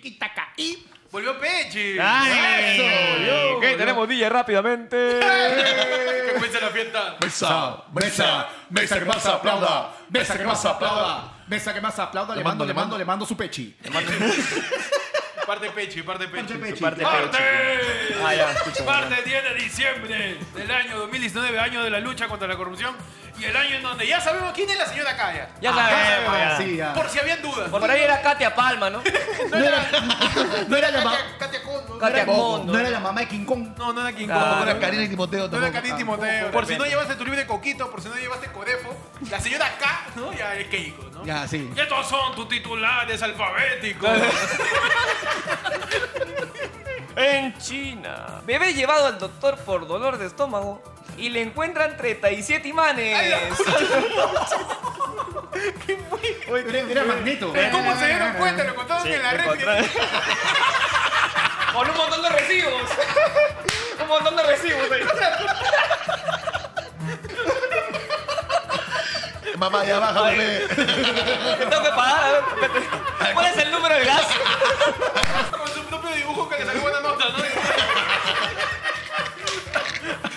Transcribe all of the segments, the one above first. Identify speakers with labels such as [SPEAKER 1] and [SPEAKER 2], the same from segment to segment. [SPEAKER 1] tiquitaca. Y volvió Pechi.
[SPEAKER 2] ¡Ay!
[SPEAKER 1] ¡Eso!
[SPEAKER 3] Ok, tenemos DJ rápidamente.
[SPEAKER 1] Que comience la fiesta.
[SPEAKER 4] Mesa, mesa, mesa que más aplauda, mesa que más aplauda.
[SPEAKER 2] Mesa que más aplauda, le mando, le mando, le mando su pechi.
[SPEAKER 4] Eh,
[SPEAKER 1] Parte Pechi, parte Pechi.
[SPEAKER 2] Pechi.
[SPEAKER 3] Parte
[SPEAKER 1] ¡Parte!
[SPEAKER 3] Ah, ya, escucha,
[SPEAKER 1] Parte 10 de diciembre del año 2019, año de la lucha contra la corrupción. Y el año en donde ya sabemos quién es la señora Calla.
[SPEAKER 3] Ya
[SPEAKER 2] Ah,
[SPEAKER 3] sabemos, ya.
[SPEAKER 2] sí, ya.
[SPEAKER 1] Por si habían dudas.
[SPEAKER 3] Por ahí era Katia Palma, ¿no?
[SPEAKER 2] No era, no era la ma-
[SPEAKER 1] Katia, Katia Kondo.
[SPEAKER 3] Katia
[SPEAKER 2] era-
[SPEAKER 3] Mondo.
[SPEAKER 2] no era la mamá de King Kong.
[SPEAKER 1] No, no era King Kong.
[SPEAKER 3] Claro.
[SPEAKER 4] Con la Karina y Timoteo
[SPEAKER 1] No era
[SPEAKER 4] tampoco.
[SPEAKER 2] Ah,
[SPEAKER 4] Ah,
[SPEAKER 1] Katia y Timoteo. Por si no
[SPEAKER 3] depende.
[SPEAKER 1] llevaste tu libro de coquito, por si no llevaste corefo. La señora K, ¿no? Ya es Keiko, ¿no?
[SPEAKER 2] Ya, sí.
[SPEAKER 1] Y Estos son tus titulares alfabéticos.
[SPEAKER 3] En China. Bebé llevado al doctor por dolor de estómago y le encuentran 37 imanes.
[SPEAKER 2] Era, era Magneto.
[SPEAKER 1] ¿Cómo se dieron cuenta? Lo contaron en la red.
[SPEAKER 3] Con un montón de recibos. Un montón de recibos ahí.
[SPEAKER 4] Mamá, ya baja, bebé.
[SPEAKER 3] Tengo que pagar. a ver, ¿Cuál es el número de gas?
[SPEAKER 1] Con su propio dibujo que le salió buena nota, ¿no?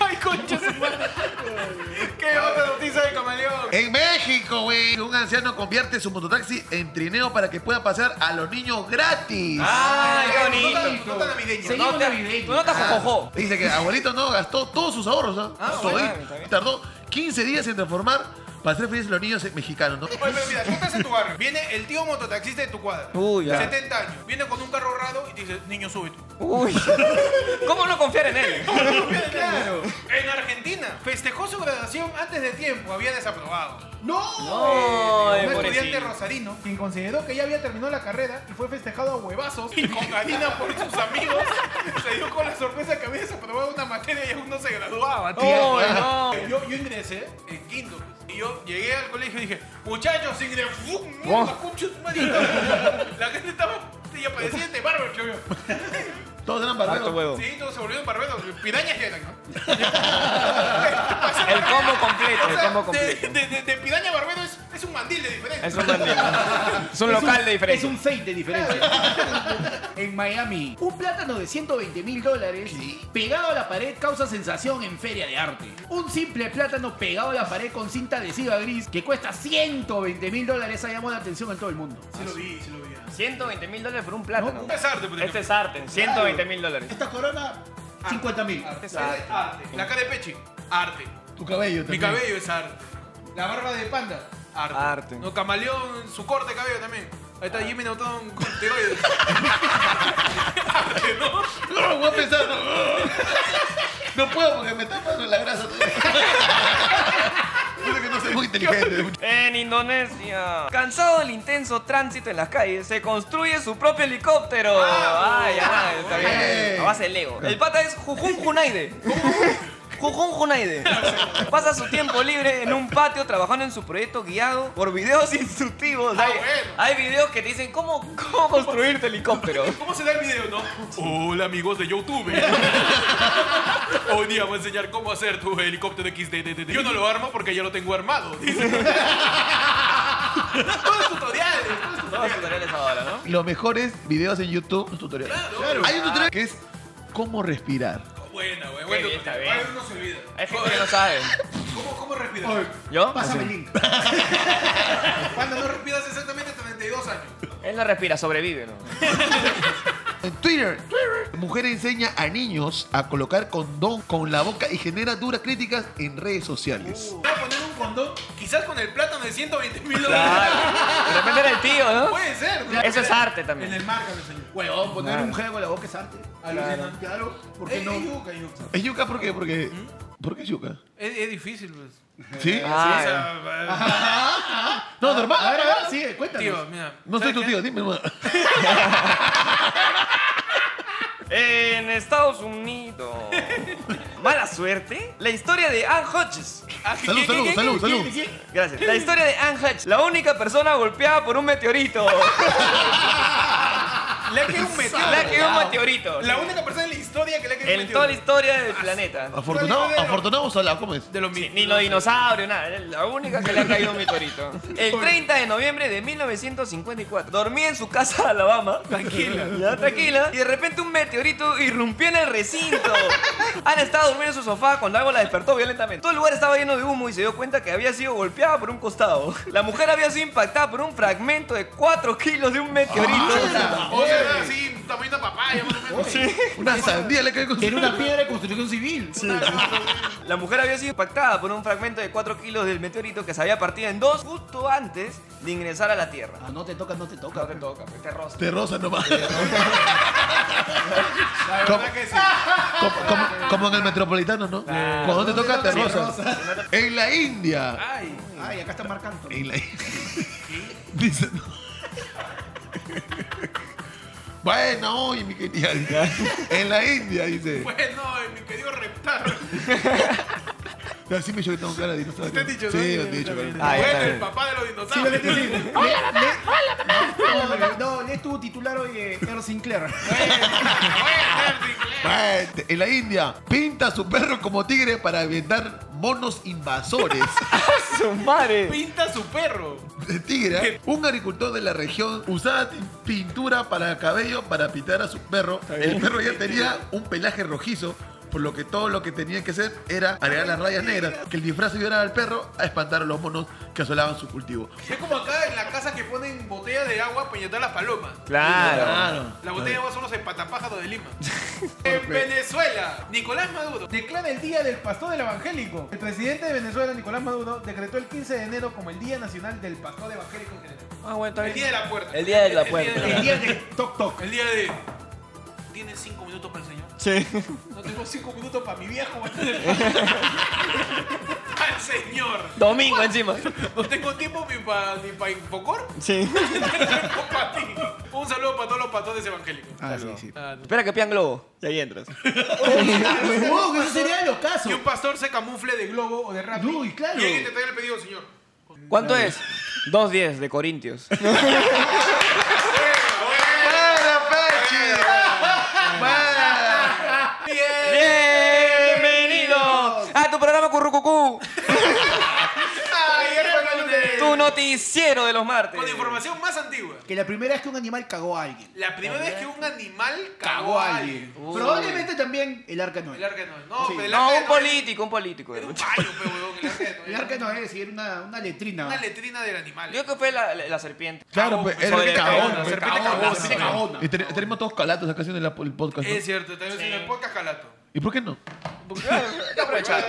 [SPEAKER 1] Ay, concha su madre. Qué otra noticia de camaleón.
[SPEAKER 4] En México, güey, un anciano convierte su mototaxi en trineo para que pueda pasar a los niños gratis.
[SPEAKER 3] Ah, Ay, qué
[SPEAKER 1] Tu nota-
[SPEAKER 3] bonito.
[SPEAKER 1] tu nota navideña.
[SPEAKER 2] Sí.
[SPEAKER 1] ¿no?
[SPEAKER 3] No te,
[SPEAKER 2] navideño.
[SPEAKER 3] tú no te jojojo.
[SPEAKER 4] Dice que abuelito no gastó todos sus ahorros, ¿ah? Todito.
[SPEAKER 3] bueno, está bien.
[SPEAKER 4] Tardó 15 días en transformar para hacer felices a los niños mexicanos, ¿no?
[SPEAKER 1] Oye, pero Pues, mira, tú estás en tu barrio. Viene el tío mototaxista de tu cuadra.
[SPEAKER 3] Uy, ya.
[SPEAKER 1] 70 años. Viene con un carro raro y dice, niño, súbete.
[SPEAKER 3] Uy. ¿Cómo no confiar en él?
[SPEAKER 1] claro. En Argentina, festejó su graduación antes de tiempo. Había desaprobado.
[SPEAKER 3] No,
[SPEAKER 1] un
[SPEAKER 3] ay,
[SPEAKER 1] estudiante
[SPEAKER 3] pobrecito.
[SPEAKER 1] rosarino, quien consideró que ya había terminado la carrera y fue festejado a huevazos y con harina por sus amigos, se dio con la sorpresa que había desaprobado una materia y aún no se graduaba, tío.
[SPEAKER 3] Uy, no.
[SPEAKER 1] Yo, yo ingresé en quinto. pues, Y yo llegué al colegio y dije, muchachos, ingresé. ¡Fu- mierda, concha de su madre! La gente estaba. Y aparecía este bárbaro, yo.
[SPEAKER 4] Todos eran barberos.
[SPEAKER 1] Sí, todos se volvieron barberos. Pirañas ya eran, ¿no?
[SPEAKER 3] El combo completo,
[SPEAKER 1] O
[SPEAKER 3] el
[SPEAKER 1] sea,
[SPEAKER 3] combo
[SPEAKER 1] de,
[SPEAKER 3] completo.
[SPEAKER 1] de- de- de piraña a barbero es, es un mandil de diferencia.
[SPEAKER 3] Es un mandil. Es un local de
[SPEAKER 2] diferencia.
[SPEAKER 3] diferencia.
[SPEAKER 2] Es un fake de diferencia. en Miami, un plátano de 120 mil dólares pegado a la pared causa sensación en feria de arte. Un simple plátano pegado a la pared con cinta adhesiva gris que cuesta 120 mil dólares ha llamado la atención en todo el mundo.
[SPEAKER 1] Sí lo vi, sí lo vi.
[SPEAKER 3] 120 mil dólares por un plátano.
[SPEAKER 1] Es arte, pues,
[SPEAKER 3] Este es arte, 120 mil dólares.
[SPEAKER 2] Esta corona, 50 mil.
[SPEAKER 1] Arte.
[SPEAKER 3] Es arte.
[SPEAKER 1] Arte. La cara de Pechi, arte.
[SPEAKER 4] Tu cabello
[SPEAKER 1] Mi cabello es arte. La barba de panda, arte. Ah.
[SPEAKER 3] Arte.
[SPEAKER 1] No, camaleón, su corte de cabello también. Ahí está Jimmy Neutron con tiroides.
[SPEAKER 4] No, voy a pensar. No puedo porque me tapan la grasa. Dice que no soy muy inteligente.
[SPEAKER 3] En Indonesia. Cansado del intenso tránsito en las calles, se construye su propio helicóptero. Ay, ya, está bien.
[SPEAKER 4] bien.
[SPEAKER 3] A base de Lego. El pata es Jujun Junaide. Jujun Junaide. Pasa su tiempo libre en un patio trabajando en su proyecto guiado por videos instructivos.
[SPEAKER 1] Ah,
[SPEAKER 3] hay,
[SPEAKER 1] bueno.
[SPEAKER 3] hay videos que te dicen cómo, cómo construir tu helicóptero.
[SPEAKER 1] ¿Cómo se da el video, no? Hola, amigos de YouTube. Hoy día voy a enseñar cómo hacer tu helicóptero XD. Yo no lo armo porque ya lo tengo armado. dice. Todos tutoriales, todos
[SPEAKER 3] Todos
[SPEAKER 1] tutoriales.
[SPEAKER 3] tutoriales ahora, ¿no?
[SPEAKER 4] Los mejores videos en YouTube, los tutoriales.
[SPEAKER 1] Claro.
[SPEAKER 4] Hay un tutorial que es cómo respirar.
[SPEAKER 1] Buena, güey. Bueno, pues,
[SPEAKER 3] bien, está bien.
[SPEAKER 1] Ay, uno se olvida.
[SPEAKER 3] Hay gente que no sabe.
[SPEAKER 1] ¿Cómo, cómo respiras?
[SPEAKER 3] ¿Yo?
[SPEAKER 2] Pásame el link.
[SPEAKER 1] Cuando no respiras exactamente 32 años.
[SPEAKER 3] Él no respira, sobrevive, ¿no?
[SPEAKER 4] En Twitter, mujer enseña a niños a colocar condón con la boca y genera duras críticas en redes sociales.
[SPEAKER 1] Voy a poner un condón, quizás con el plátano de 120 mil dólares.
[SPEAKER 3] Claro. De repente era el tío, ¿no?
[SPEAKER 1] Puede ser. ¿no?
[SPEAKER 3] Eso es arte
[SPEAKER 1] En
[SPEAKER 3] también.
[SPEAKER 1] el marca, me señor.
[SPEAKER 2] Huevón, poner un juego en la boca es arte.
[SPEAKER 1] Alucinante.
[SPEAKER 2] Claro, ¿por qué
[SPEAKER 1] Ey,
[SPEAKER 2] no?
[SPEAKER 3] Eh.
[SPEAKER 1] ey, Eh, yuca, yuca.
[SPEAKER 4] ¿Es yuca por qué? Porque, ¿Por qué es yuca?
[SPEAKER 1] Es, es difícil, pues.
[SPEAKER 4] ¿Sí?
[SPEAKER 1] Sí, o
[SPEAKER 3] Ah, ya.
[SPEAKER 1] sea,
[SPEAKER 4] No, normal.
[SPEAKER 2] A ver, a ver, sigue, cuéntanos.
[SPEAKER 1] tío, mira.
[SPEAKER 4] No soy
[SPEAKER 1] ¿sabes
[SPEAKER 4] tu
[SPEAKER 1] qué?
[SPEAKER 4] tío, dime. hermano.
[SPEAKER 3] En Estados Unidos. Mala suerte. La historia de Anne Hodges.
[SPEAKER 1] Ah, ¿qué-
[SPEAKER 4] Salud,
[SPEAKER 1] qué-
[SPEAKER 4] salud,
[SPEAKER 1] qué-
[SPEAKER 4] salud, salud.
[SPEAKER 3] Gracias. La historia de Anne Hodges. La única persona golpeada por un meteorito.
[SPEAKER 1] Le ha quedado un meteoro.
[SPEAKER 3] Le ha quedado un meteorito.
[SPEAKER 1] La única persona en la historia que le ha quedado un
[SPEAKER 3] En
[SPEAKER 1] meteorito.
[SPEAKER 3] toda la historia del planeta.
[SPEAKER 1] Dale,
[SPEAKER 4] Afortunado,
[SPEAKER 1] dale, dale.
[SPEAKER 4] afortunado o salado, ¿cómo es?
[SPEAKER 1] De los
[SPEAKER 3] Ni los dinosaurios, nada. Es la única que le ha caído un meteorito. El 30 de noviembre de 1954. Dormía en su casa de Alabama.
[SPEAKER 1] Tranquila.
[SPEAKER 3] Ya, tranquila. Y de repente un meteorito irrumpió en el recinto. Ana estaba durmiendo en su sofá cuando algo la despertó violentamente. Todo el lugar estaba lleno de humo y se dio cuenta que había sido golpeada por un costado. La mujer había sido impactada por un fragmento de 4 kilos de un meteorito.
[SPEAKER 1] O sea, era así, tamaño de papaya, más o menos.
[SPEAKER 4] Una sandía le cae con
[SPEAKER 2] Era una piedra de construcción civil.
[SPEAKER 3] La mujer había sido impactada por un fragmento de 4 kilos del meteorito que se había partido en dos justo antes de ingresar a la Tierra.
[SPEAKER 2] Ah, no te toca, no te toca.
[SPEAKER 3] No te toca, pues, te roza.
[SPEAKER 4] Te rosa nomás.
[SPEAKER 1] La verdad que sí.
[SPEAKER 4] Como, como- como en el metropolitano, ¿no? Ah. Cuando te toca, te rosa. En la India.
[SPEAKER 1] Ay.
[SPEAKER 2] Ay, acá está marcando.
[SPEAKER 4] En la Dice. no. Bueno, oye, mi querida. En la India, dice.
[SPEAKER 1] Bueno, eh, mi querido reptar.
[SPEAKER 4] Así me dicho que tengo cara de dinosaurio.
[SPEAKER 1] Te han dicho,
[SPEAKER 4] Sí,
[SPEAKER 1] ¿no?
[SPEAKER 4] me han dicho. claro.
[SPEAKER 3] Ah, ya está
[SPEAKER 1] Bueno, el
[SPEAKER 3] bien.
[SPEAKER 1] papá de los
[SPEAKER 2] Sí, lo que
[SPEAKER 1] dinosaurios.
[SPEAKER 2] te digo. Le- le- No, lees tu titular hoy, eh, Carlos Sinclair.
[SPEAKER 1] Ah,
[SPEAKER 4] Bueno, En la India, pinta a su perro como tigre para evitar monos invasores.
[SPEAKER 3] ¡Su madre!
[SPEAKER 1] Pinta a su perro.
[SPEAKER 4] de tigre. ¿eh? Un agricultor de la región usaba tin- pintura para cabello para pintar a su perro. El perro ya tenía un pelaje rojizo. Por lo que todo lo que tenía que hacer era agregar las rayas negras, que el disfraz ayudara al perro a espantar a los monos que asolaban su cultivo.
[SPEAKER 1] Es como acá en la casa que ponen botella de agua para inyectar las palomas.
[SPEAKER 3] Claro.
[SPEAKER 1] La botella de agua son los espantapájaros de Lima. en Venezuela, Nicolás Maduro.
[SPEAKER 2] Declara el Día del Pastor del Evangélico. El presidente de Venezuela, Nicolás Maduro, decretó el 15 de enero como el Día Nacional del Pastor Evangélico en general.
[SPEAKER 3] Ah, bueno, está
[SPEAKER 1] El día
[SPEAKER 3] bien.
[SPEAKER 1] de la puerta.
[SPEAKER 3] El día de la
[SPEAKER 1] El
[SPEAKER 3] puerta.
[SPEAKER 1] día
[SPEAKER 2] El
[SPEAKER 1] de,
[SPEAKER 2] Día del Toc Toc.
[SPEAKER 1] el día de- ¿Tienes cinco minutos para el señor?
[SPEAKER 3] Sí.
[SPEAKER 1] No tengo cinco minutos para mi viejo. Al señor.
[SPEAKER 3] Domingo encima.
[SPEAKER 1] No tengo tiempo ni para ni pa Infocor.
[SPEAKER 3] Sí.
[SPEAKER 1] ni tengo pa' ti. Un saludo para todos los patones evangélicos.
[SPEAKER 2] Ah, sí, sí.
[SPEAKER 1] Ah,
[SPEAKER 3] Espera que pidan globo. Y ahí entras.
[SPEAKER 2] Huevón, eso sería el ocaso.
[SPEAKER 1] Que un pastor se camufle de globo o de rap.
[SPEAKER 2] Uy, claro.
[SPEAKER 1] Y alguien te traiga el pedido, señor.
[SPEAKER 3] ¿Cuánto es? 2.10 de Corintios.
[SPEAKER 1] Bien.
[SPEAKER 3] Bienvenidos a tu programa Currucucú.
[SPEAKER 1] Ayer fue el lunes.
[SPEAKER 3] Tu noticiero de los martes.
[SPEAKER 1] Con información más antigua.
[SPEAKER 2] Que la primera vez que un animal cagó a alguien.
[SPEAKER 1] La primera vez que un animal cagó a alguien.
[SPEAKER 3] Uy.
[SPEAKER 2] Probablemente también el arca
[SPEAKER 1] El
[SPEAKER 2] Noé.
[SPEAKER 1] arca no. No, pero el
[SPEAKER 3] No,
[SPEAKER 1] arca
[SPEAKER 3] un político, un político.
[SPEAKER 1] Era un payo, pero huevón, el arca de Noé.
[SPEAKER 2] El arca Noé, sí, era una, una letrina.
[SPEAKER 1] Una letrina del animal.
[SPEAKER 3] Yo que fue la, la- la serpiente.
[SPEAKER 4] Claro,
[SPEAKER 1] pues,
[SPEAKER 4] pues, era
[SPEAKER 3] Sobre-
[SPEAKER 4] el cagón.
[SPEAKER 1] la
[SPEAKER 4] pues,
[SPEAKER 1] serpiente
[SPEAKER 4] cagón,
[SPEAKER 1] cagona,
[SPEAKER 4] la
[SPEAKER 1] serpiente
[SPEAKER 4] serpiente.
[SPEAKER 2] cagona.
[SPEAKER 4] Y ten- tenemos todos calatos acá haciendo la- el podcast. ¿no?
[SPEAKER 1] Es cierto, también en el podcast calato.
[SPEAKER 4] ¿Y por qué no?
[SPEAKER 3] Aprovechar.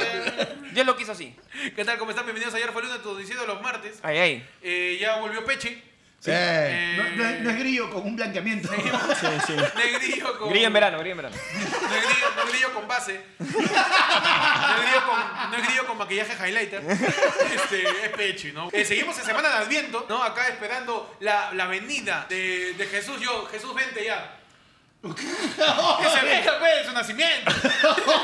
[SPEAKER 3] Dios lo quiso así.
[SPEAKER 1] ¿Qué tal? ¿Cómo están? Bienvenidos ayer fue el lunes, tu noticiero de los martes.
[SPEAKER 3] Ahí, ahí.
[SPEAKER 1] Eh, ya volvió Peche.
[SPEAKER 4] Eh.
[SPEAKER 1] Eh,
[SPEAKER 2] No, no es- no es grillo con un blanqueamiento.
[SPEAKER 1] Negrillo con.
[SPEAKER 3] Grillo en verano, grillo en verano.
[SPEAKER 1] Negrillo, negrillo con base. negrillo, con, negrillo con maquillaje highlighter. Este, es pecho, ¿no? Eh, seguimos en Semana de Adviento, ¿no? Acá esperando la, la venida de, de Jesús. Yo, Jesús, vente ya. que se venga, pues, su nacimiento.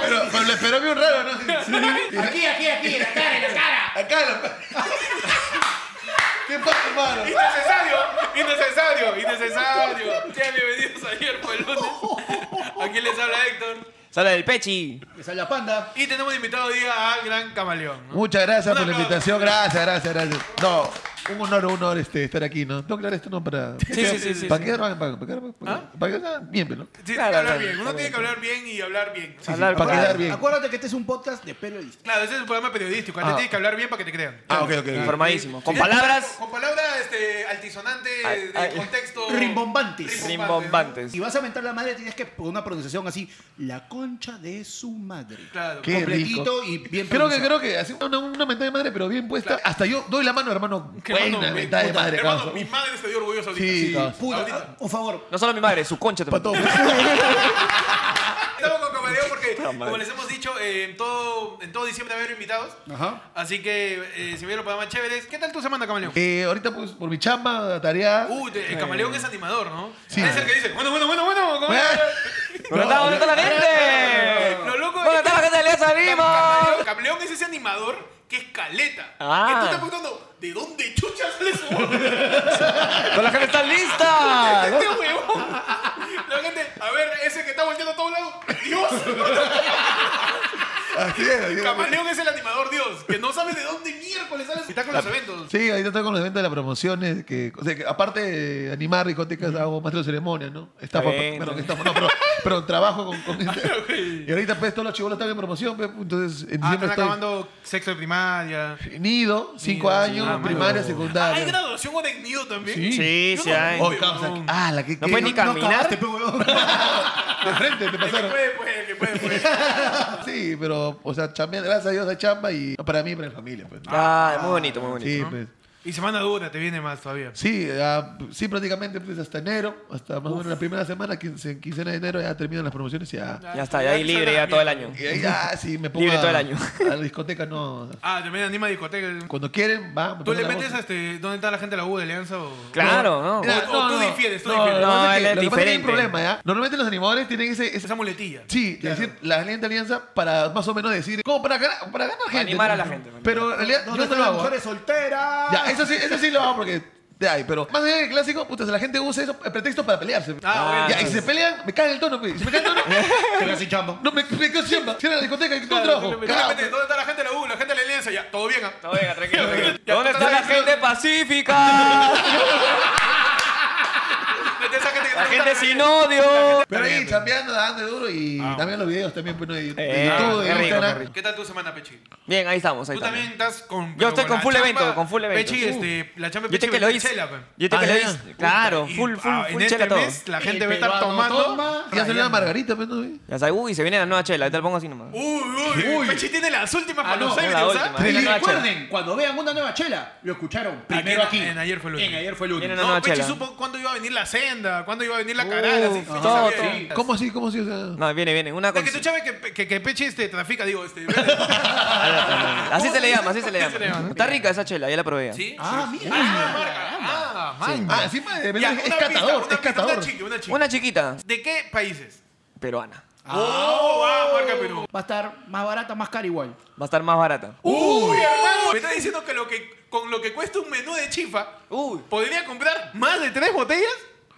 [SPEAKER 4] Pero, pero lo esperó bien raro, ¿no?
[SPEAKER 2] Aquí, aquí, aquí, en la cara, en la cara.
[SPEAKER 4] Acá lo... ¿Qué pasa, hermano?
[SPEAKER 1] Innecesario, innecesario, innecesario. Ya, bienvenidos ayer fue el lunes. Aquí les habla Héctor.
[SPEAKER 3] Sala del Pechi.
[SPEAKER 2] Esa es la panda.
[SPEAKER 1] Y tenemos de invitado hoy día al gran camaleón. ¿no?
[SPEAKER 4] Muchas gracias
[SPEAKER 1] Un
[SPEAKER 4] por la
[SPEAKER 1] aplauso.
[SPEAKER 4] invitación. Gracias, gracias, gracias. No, un honor, un honor este, estar aquí, ¿no? Tengo que hablar esto, ¿no? Para...
[SPEAKER 3] Sí, sí, sí, sí,
[SPEAKER 4] ¿Para
[SPEAKER 3] sí.
[SPEAKER 4] qué hablan? ¿Para para qué
[SPEAKER 1] ¿Ah?
[SPEAKER 4] para para qué hablan? Bien, pero, ¿no?
[SPEAKER 1] Sí, tiene que
[SPEAKER 3] Claro,
[SPEAKER 1] hablar
[SPEAKER 3] claro,
[SPEAKER 1] bien. Uno
[SPEAKER 3] claro.
[SPEAKER 1] tiene que hablar bien y hablar bien. ¿no?
[SPEAKER 3] Hablar
[SPEAKER 4] para
[SPEAKER 3] claro.
[SPEAKER 4] quedar bien.
[SPEAKER 2] Acuérdate que este es un podcast de pelo y
[SPEAKER 1] Claro, ese es un programa periodístico. Antes
[SPEAKER 4] Ah.
[SPEAKER 1] tienes que hablar bien para que te crean.
[SPEAKER 4] Ah, ok, ok. ok.
[SPEAKER 3] Informadísimo. Con
[SPEAKER 1] Sí,
[SPEAKER 3] palabras
[SPEAKER 1] Con, con palabras este, altisonantes,
[SPEAKER 3] Ay,
[SPEAKER 1] de
[SPEAKER 3] ay.
[SPEAKER 1] contexto.
[SPEAKER 2] Rimbombantes.
[SPEAKER 3] rimbombantes.
[SPEAKER 2] Si vas a mentar la madre, tienes que poner una pronunciación así, la concha de su madre.
[SPEAKER 1] ¿no? Claro.
[SPEAKER 4] Qué
[SPEAKER 2] Completito
[SPEAKER 4] rico.
[SPEAKER 2] y bien
[SPEAKER 4] Creo que,
[SPEAKER 2] pronunciado.
[SPEAKER 4] creo que, así una, una mentada de madre, pero bien puesta. Hasta yo doy la mano, hermano.
[SPEAKER 1] Qué
[SPEAKER 4] Buena
[SPEAKER 1] hermano, mi-
[SPEAKER 4] mentada de
[SPEAKER 1] puta,
[SPEAKER 4] madre,
[SPEAKER 1] hermano,
[SPEAKER 4] causa.
[SPEAKER 1] mi madre se dio orgullosa ahorita.
[SPEAKER 4] Sí, causa.
[SPEAKER 2] Puta,
[SPEAKER 1] Ahorita.
[SPEAKER 2] ah, por favor.
[SPEAKER 3] No solo mi madre, su concha te
[SPEAKER 4] Para todo.
[SPEAKER 1] Estamos con camareo porque, como
[SPEAKER 3] madre.
[SPEAKER 1] les hemos dicho, eh, en, todo, en todo diciembre va a haber invitados.
[SPEAKER 2] Ajá.
[SPEAKER 1] Así que eh, si vieron programas chéveres, ¿qué tal tu semana, Camaleón?
[SPEAKER 4] Eh, ahorita, pues, por mi chamba, tarea.
[SPEAKER 1] Uy, te- el Camaleón es animador, ¿no?
[SPEAKER 4] Sí.
[SPEAKER 1] Es el que dice, bueno, bueno, bueno, bueno. ¿cómo
[SPEAKER 4] Bueno.
[SPEAKER 3] ¿Dónde está, dónde está la gente?
[SPEAKER 1] Lo loco
[SPEAKER 3] ¿Dónde
[SPEAKER 1] es-
[SPEAKER 3] está la gente de Alianza Lima?
[SPEAKER 1] Camaleón, Camaleón es ese animador que es caleta.
[SPEAKER 3] Ah.
[SPEAKER 1] Que tú estás preguntando, ¿de dónde chucha sale su voz?
[SPEAKER 3] ¡Toda la gente está lista!
[SPEAKER 1] Este huevón.
[SPEAKER 4] Así es, así es.
[SPEAKER 1] Camaleón es el animador Dios, que no sabe de dónde miércoles sale su- Está con los eventos.
[SPEAKER 4] Sí, ahí está con los eventos de las promociones. Que, o sea, que aparte de animar discotecas, hago maestro de ceremonias, ¿no? Estafa,
[SPEAKER 3] Está bien,
[SPEAKER 4] pero,
[SPEAKER 3] está
[SPEAKER 4] estafa, no, pero, pero trabajo con. con- y ahorita, pues, todos los chivolos están en promoción. pues, entonces,
[SPEAKER 1] Ah,
[SPEAKER 4] en diciembre
[SPEAKER 1] están
[SPEAKER 4] estoy.
[SPEAKER 1] acabando sexto de primaria.
[SPEAKER 4] Nido, cinco
[SPEAKER 1] Nido,
[SPEAKER 4] años,
[SPEAKER 1] ah,
[SPEAKER 4] primaria,
[SPEAKER 1] mano.
[SPEAKER 4] secundaria.
[SPEAKER 1] ¿Hay graduación o de nido también?
[SPEAKER 4] Sí.
[SPEAKER 3] Sí, sí
[SPEAKER 1] no-
[SPEAKER 3] hay.
[SPEAKER 4] Oh, causa, ah, la que
[SPEAKER 3] No puede ni caminar.
[SPEAKER 2] acabaste, pe, huevón.
[SPEAKER 4] de frente te
[SPEAKER 1] El que
[SPEAKER 4] pasaron.
[SPEAKER 1] puede, puede, que puede, puede.
[SPEAKER 4] Sí, pero, o sea, chambear, gracias a Dios hay chamba y para mí y para mi familia. Pues.
[SPEAKER 3] Ah, muy bonito, muy bonito.
[SPEAKER 4] sí,
[SPEAKER 1] ¿no?
[SPEAKER 4] pues.
[SPEAKER 1] Y semana dura, te viene más todavía.
[SPEAKER 4] Sí, ah, sí, prácticamente pues, hasta enero, hasta más o menos la primera semana, quince- quincena de enero, ya terminan las promociones y ya.
[SPEAKER 3] Ya está, ya ahí libre ya todo el año.
[SPEAKER 4] Y ahí ya, sí, me pongo
[SPEAKER 3] Libre
[SPEAKER 4] a,
[SPEAKER 3] todo el año.
[SPEAKER 4] a la discoteca, no.
[SPEAKER 1] Ah, también anima discoteca.
[SPEAKER 4] Cuando quieren, va. me
[SPEAKER 1] ¿Tú
[SPEAKER 4] pongo
[SPEAKER 1] le
[SPEAKER 4] la
[SPEAKER 1] metes
[SPEAKER 4] voz.
[SPEAKER 1] este, dónde está la gente de la U de Alianza o...?
[SPEAKER 3] Claro, ¿no?
[SPEAKER 4] Mira,
[SPEAKER 1] o- o tú difieres, tú
[SPEAKER 4] no,
[SPEAKER 1] difieres.
[SPEAKER 4] Lo,
[SPEAKER 3] No,
[SPEAKER 4] que pasa es
[SPEAKER 3] él
[SPEAKER 4] que-
[SPEAKER 3] es
[SPEAKER 4] lo que pasa es que hay un
[SPEAKER 3] diferente.
[SPEAKER 4] problema, ¿ya? Normalmente los animadores tienen ese, ese
[SPEAKER 1] Esa muletilla.
[SPEAKER 4] Sí, es decir, la alianza alianza para más o menos decir, como para ganar, para ganar gente.
[SPEAKER 3] animar
[SPEAKER 4] ¿no?
[SPEAKER 3] a la gente, para
[SPEAKER 4] Pero en realidad yo
[SPEAKER 2] ¿Dónde
[SPEAKER 4] no
[SPEAKER 2] están
[SPEAKER 4] lo
[SPEAKER 2] las
[SPEAKER 4] hago. ¿eh?
[SPEAKER 2] mujeres solteras?
[SPEAKER 4] Ya, eso sí, eso sí lo hago porque de ahí, pero más allá del clásico, puta, la gente usa eso el pretexto para pelearse.
[SPEAKER 1] Ah,
[SPEAKER 4] ya,
[SPEAKER 1] bueno.
[SPEAKER 4] y si se pelean, me cae el tono, pe. Si me cae el tono,
[SPEAKER 2] Te casi chamba.
[SPEAKER 4] no me, me quedo siempre. Cierra la discoteca y
[SPEAKER 1] Claro,
[SPEAKER 4] todo trabajo.
[SPEAKER 1] tú le metes,
[SPEAKER 4] Cagado,
[SPEAKER 1] "Vete, ¿Dónde está la gente de la U? La gente de la Alianza. Ya, todo bien, ah?
[SPEAKER 3] No, venga, tranquilo. tranquilo.
[SPEAKER 1] Ya,
[SPEAKER 3] ¿Dónde está la
[SPEAKER 1] tranquilo.
[SPEAKER 3] gente pacífica?
[SPEAKER 1] Vete a esa gente que
[SPEAKER 3] La
[SPEAKER 1] te gusta
[SPEAKER 3] gente
[SPEAKER 1] la
[SPEAKER 3] sin
[SPEAKER 1] Alianza.
[SPEAKER 3] odio.
[SPEAKER 4] Pero ahí, chambeando,
[SPEAKER 1] eh.
[SPEAKER 4] dando duro y
[SPEAKER 1] Ah,
[SPEAKER 4] también los videos también, pues, ¿no? de, de
[SPEAKER 3] Eh,
[SPEAKER 4] YouTube,
[SPEAKER 3] qué
[SPEAKER 4] de
[SPEAKER 3] rico,
[SPEAKER 4] Instagram.
[SPEAKER 3] qué rico.
[SPEAKER 1] ¿Qué tal tu semana, Pechi?
[SPEAKER 3] Bien, ahí estamos, ahí
[SPEAKER 1] Tú también
[SPEAKER 3] estamos.
[SPEAKER 1] estás con...
[SPEAKER 3] Yo estoy
[SPEAKER 1] pero
[SPEAKER 3] con
[SPEAKER 1] la
[SPEAKER 3] full
[SPEAKER 1] chamba-
[SPEAKER 3] evento, con full evento.
[SPEAKER 1] Pechi,
[SPEAKER 3] Uh.
[SPEAKER 1] este, la chamba de
[SPEAKER 3] Yo te
[SPEAKER 1] Pechi
[SPEAKER 3] que lo
[SPEAKER 1] vende
[SPEAKER 3] hice.
[SPEAKER 1] chela, pe.
[SPEAKER 3] Yo te
[SPEAKER 4] Ah,
[SPEAKER 3] que lo
[SPEAKER 4] ya.
[SPEAKER 3] hice. Claro,
[SPEAKER 1] Y,
[SPEAKER 3] full, full,
[SPEAKER 1] ah,
[SPEAKER 3] full
[SPEAKER 1] en
[SPEAKER 3] chela
[SPEAKER 1] este
[SPEAKER 3] todo.
[SPEAKER 1] mes, la gente
[SPEAKER 2] El
[SPEAKER 1] va a estar
[SPEAKER 2] peruano
[SPEAKER 1] tomando...
[SPEAKER 2] toma.
[SPEAKER 4] Ya salió la margarita, pues, ¿no?
[SPEAKER 3] Ya sabes, uy, se viene la nueva chela, ahí te la pongo así nomás.
[SPEAKER 1] Uy, uy, Pechi tiene las últimas
[SPEAKER 2] Ah,
[SPEAKER 1] para
[SPEAKER 2] no,
[SPEAKER 1] los
[SPEAKER 2] no,
[SPEAKER 1] Aires,
[SPEAKER 3] la
[SPEAKER 1] ¿o sea?
[SPEAKER 3] última.
[SPEAKER 2] Y
[SPEAKER 3] Viene la nueva
[SPEAKER 2] recuerden, cuando vean una nueva chela, lo escucharon primero
[SPEAKER 1] en-
[SPEAKER 2] aquí.
[SPEAKER 1] en Ayer fue el último.
[SPEAKER 2] En ayer fue el último.
[SPEAKER 3] Viene
[SPEAKER 1] No,
[SPEAKER 3] No,
[SPEAKER 1] Pechi
[SPEAKER 3] chela.
[SPEAKER 1] supo cuándo iba a venir la senda, cuándo iba a venir la carada.
[SPEAKER 3] Uf,
[SPEAKER 1] así, Pechi
[SPEAKER 3] todo,
[SPEAKER 1] sabía.
[SPEAKER 3] todo.
[SPEAKER 1] Sí.
[SPEAKER 4] ¿Cómo así? ¿Cómo así? O sea,
[SPEAKER 3] No, viene, viene. Una
[SPEAKER 1] Es que
[SPEAKER 3] cosa.
[SPEAKER 1] tú sabes que, que, que Pechi este, trafica, digo, este... vende.
[SPEAKER 3] Así se le llama, así se le
[SPEAKER 1] Así se le llama.
[SPEAKER 3] llama. Está rica esa chela, ya la probé.
[SPEAKER 1] ¿Sí?
[SPEAKER 2] Ah,
[SPEAKER 1] sí.
[SPEAKER 2] mira.
[SPEAKER 1] Ah, marca. Ah, man.
[SPEAKER 4] Ah, encima de
[SPEAKER 1] Ya,
[SPEAKER 4] verdad, es
[SPEAKER 1] una pista,
[SPEAKER 4] catador,
[SPEAKER 1] una
[SPEAKER 4] es
[SPEAKER 1] pista,
[SPEAKER 4] catador.
[SPEAKER 1] Una chica, una chica.
[SPEAKER 3] Una chiquita,
[SPEAKER 1] ¿De qué países?
[SPEAKER 3] peruana.
[SPEAKER 1] ¡Oh! ah, marca Perú.
[SPEAKER 2] Va a estar más barata, más cara igual.
[SPEAKER 3] Va a estar más barata.
[SPEAKER 1] ¡Uy, hermano! Me está diciendo que, lo que con lo que cuesta un menú de chifa,
[SPEAKER 3] Uy,
[SPEAKER 1] ¿podría comprar más de tres botellas?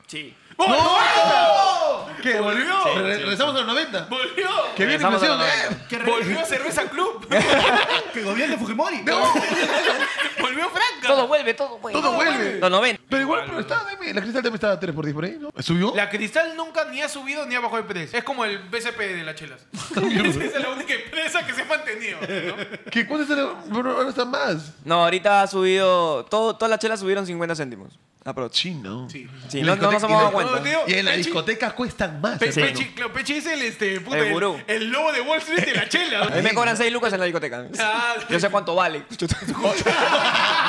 [SPEAKER 3] sí.
[SPEAKER 1] ¡Oh,
[SPEAKER 4] ¿Qué? ¿Volvió?
[SPEAKER 1] Sí,
[SPEAKER 4] Re- Regresamos a los 90.
[SPEAKER 1] ¡Volvió!
[SPEAKER 4] Que viene
[SPEAKER 3] Regresamos a
[SPEAKER 4] inclusión.
[SPEAKER 3] los
[SPEAKER 4] eh,
[SPEAKER 3] 90.
[SPEAKER 2] Que re-
[SPEAKER 1] ¡Volvió a Cerveza Club!
[SPEAKER 2] que gobierne Fujimori.
[SPEAKER 4] no,
[SPEAKER 1] ¡Volvió Franca!
[SPEAKER 3] Todo vuelve, todo vuelve.
[SPEAKER 4] eh. Todo vuelve.
[SPEAKER 3] Los 90.
[SPEAKER 4] Pero igual, pero estaba Demi, la cristal también estaba 3 por 10 por ahí, ¿no? ¿Subió?
[SPEAKER 1] La Cristal nunca ni ha subido ni ha bajado de precio. Es como el BCP de las chelas. Esa es la única empresa que se ha mantenido. ¿no?
[SPEAKER 4] ¿Qué cuánto está? la- Bueno, ahora está más.
[SPEAKER 3] No, ahorita ha subido. Todo, todas las chelas subieron 50 céntimos. Aprox.
[SPEAKER 4] Chino.
[SPEAKER 1] Sí.
[SPEAKER 3] Sí,
[SPEAKER 4] Y
[SPEAKER 3] no,
[SPEAKER 4] la
[SPEAKER 3] no nos hemos
[SPEAKER 4] discoteca-
[SPEAKER 3] dado
[SPEAKER 4] y la-
[SPEAKER 1] No,
[SPEAKER 3] cuenta.
[SPEAKER 1] tío,
[SPEAKER 4] Y en las
[SPEAKER 1] Pechi-
[SPEAKER 4] discotecas cuestan más.
[SPEAKER 1] Pe-
[SPEAKER 4] hermano.
[SPEAKER 1] Pechi, claro, Pechi es el, este, puta,
[SPEAKER 3] El
[SPEAKER 1] el,
[SPEAKER 3] gurú.
[SPEAKER 1] el lobo de Wall Street de la chela.
[SPEAKER 3] A mí me cobran 6 lucas en la discoteca.
[SPEAKER 1] Ah,
[SPEAKER 3] Yo sé cuánto vale.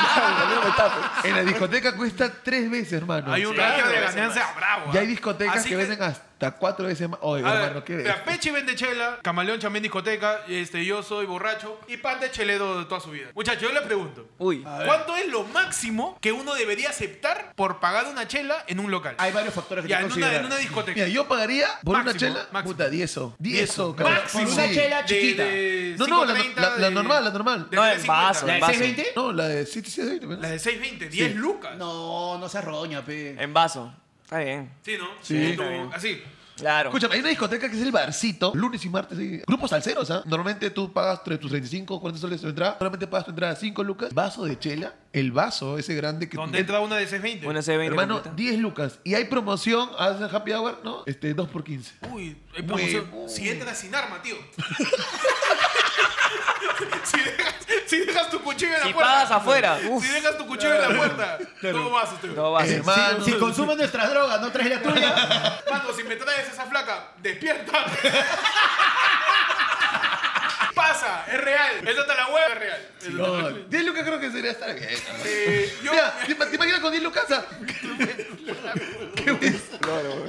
[SPEAKER 4] En la discoteca cuesta 3 veces, hermano.
[SPEAKER 1] Hay un
[SPEAKER 4] Sí.
[SPEAKER 1] ratio de ganancia bravo.
[SPEAKER 4] Y
[SPEAKER 1] ¿ah?
[SPEAKER 4] hay discotecas
[SPEAKER 1] Así
[SPEAKER 4] que venden hasta 4 veces más. Oye,
[SPEAKER 1] A ver,
[SPEAKER 4] hermano, qué
[SPEAKER 1] mira,
[SPEAKER 4] bestia.
[SPEAKER 1] Pechi vende chela, Camaleón chamén discoteca, este, yo soy borracho y pan de chelero de toda su vida. Muchachos, yo le pregunto.
[SPEAKER 3] Uy.
[SPEAKER 1] ¿Cuánto es lo máximo que uno debería aceptar por pagar una chela en un local?
[SPEAKER 2] Hay varios factores que
[SPEAKER 1] ya,
[SPEAKER 2] te
[SPEAKER 1] en una, en una
[SPEAKER 2] consideran.
[SPEAKER 1] discoteca.
[SPEAKER 4] Mira, yo pagaría por una
[SPEAKER 1] Máximo,
[SPEAKER 4] chela.
[SPEAKER 1] máximo.
[SPEAKER 4] Puta, 10 o. 10 o, cabrón.
[SPEAKER 1] máximo.
[SPEAKER 2] Por una
[SPEAKER 4] Sí.
[SPEAKER 2] chela chiquita.
[SPEAKER 4] No, no, la- la- la normal, la normal.
[SPEAKER 1] de
[SPEAKER 3] No, en
[SPEAKER 1] 3.50.
[SPEAKER 3] vaso,
[SPEAKER 2] ¿La
[SPEAKER 3] en
[SPEAKER 2] de
[SPEAKER 3] vaso.
[SPEAKER 2] 620?
[SPEAKER 4] No, la de 7 7
[SPEAKER 1] La de 6.20, 10 lucas.
[SPEAKER 2] No, no se roña, pe.
[SPEAKER 3] En vaso. Está bien.
[SPEAKER 1] Sí, ¿no?
[SPEAKER 4] Sí.
[SPEAKER 1] Como- Así.
[SPEAKER 3] Claro.
[SPEAKER 4] Escúchame, hay una discoteca que es el barcito, lunes y martes, hay grupos salseros, ¿ah? Normalmente tú pagas tre- tus 35, 40 soles tu entrada, solamente pagas tu entrada 5 lucas, vaso de chela, el vaso ese grande que...
[SPEAKER 1] Donde entra una de 6.20.
[SPEAKER 3] Una C20.
[SPEAKER 4] Hermano,
[SPEAKER 3] completa.
[SPEAKER 4] 10 lucas. Y hay promoción, hacen happy hour, ¿no? Este, 2 por 15.
[SPEAKER 1] Uy, hay promoción.
[SPEAKER 4] Huevo.
[SPEAKER 1] Si entras sin arma, tío. si, dejas, si dejas tu cuchillo en la
[SPEAKER 3] Si
[SPEAKER 1] puerta.
[SPEAKER 3] pagas afuera.
[SPEAKER 1] Si
[SPEAKER 3] Uf.
[SPEAKER 1] dejas tu cuchillo en la puerta. No vas, tío.
[SPEAKER 3] Todo vaso.
[SPEAKER 4] Hermano,
[SPEAKER 2] Si consumen nuestras drogas, no traes la tuya.
[SPEAKER 1] Mano, si me traes esa flaca, despierta. Pasa, es real. Esa está la hueva, es real. Esa está la
[SPEAKER 4] no,
[SPEAKER 1] hueva.
[SPEAKER 4] 10 lucas creo que sería estar bien. ¿no?
[SPEAKER 1] Eh, yo,
[SPEAKER 4] Mira, ¿te, te imaginas con 10 lucas? ah? que, vayas,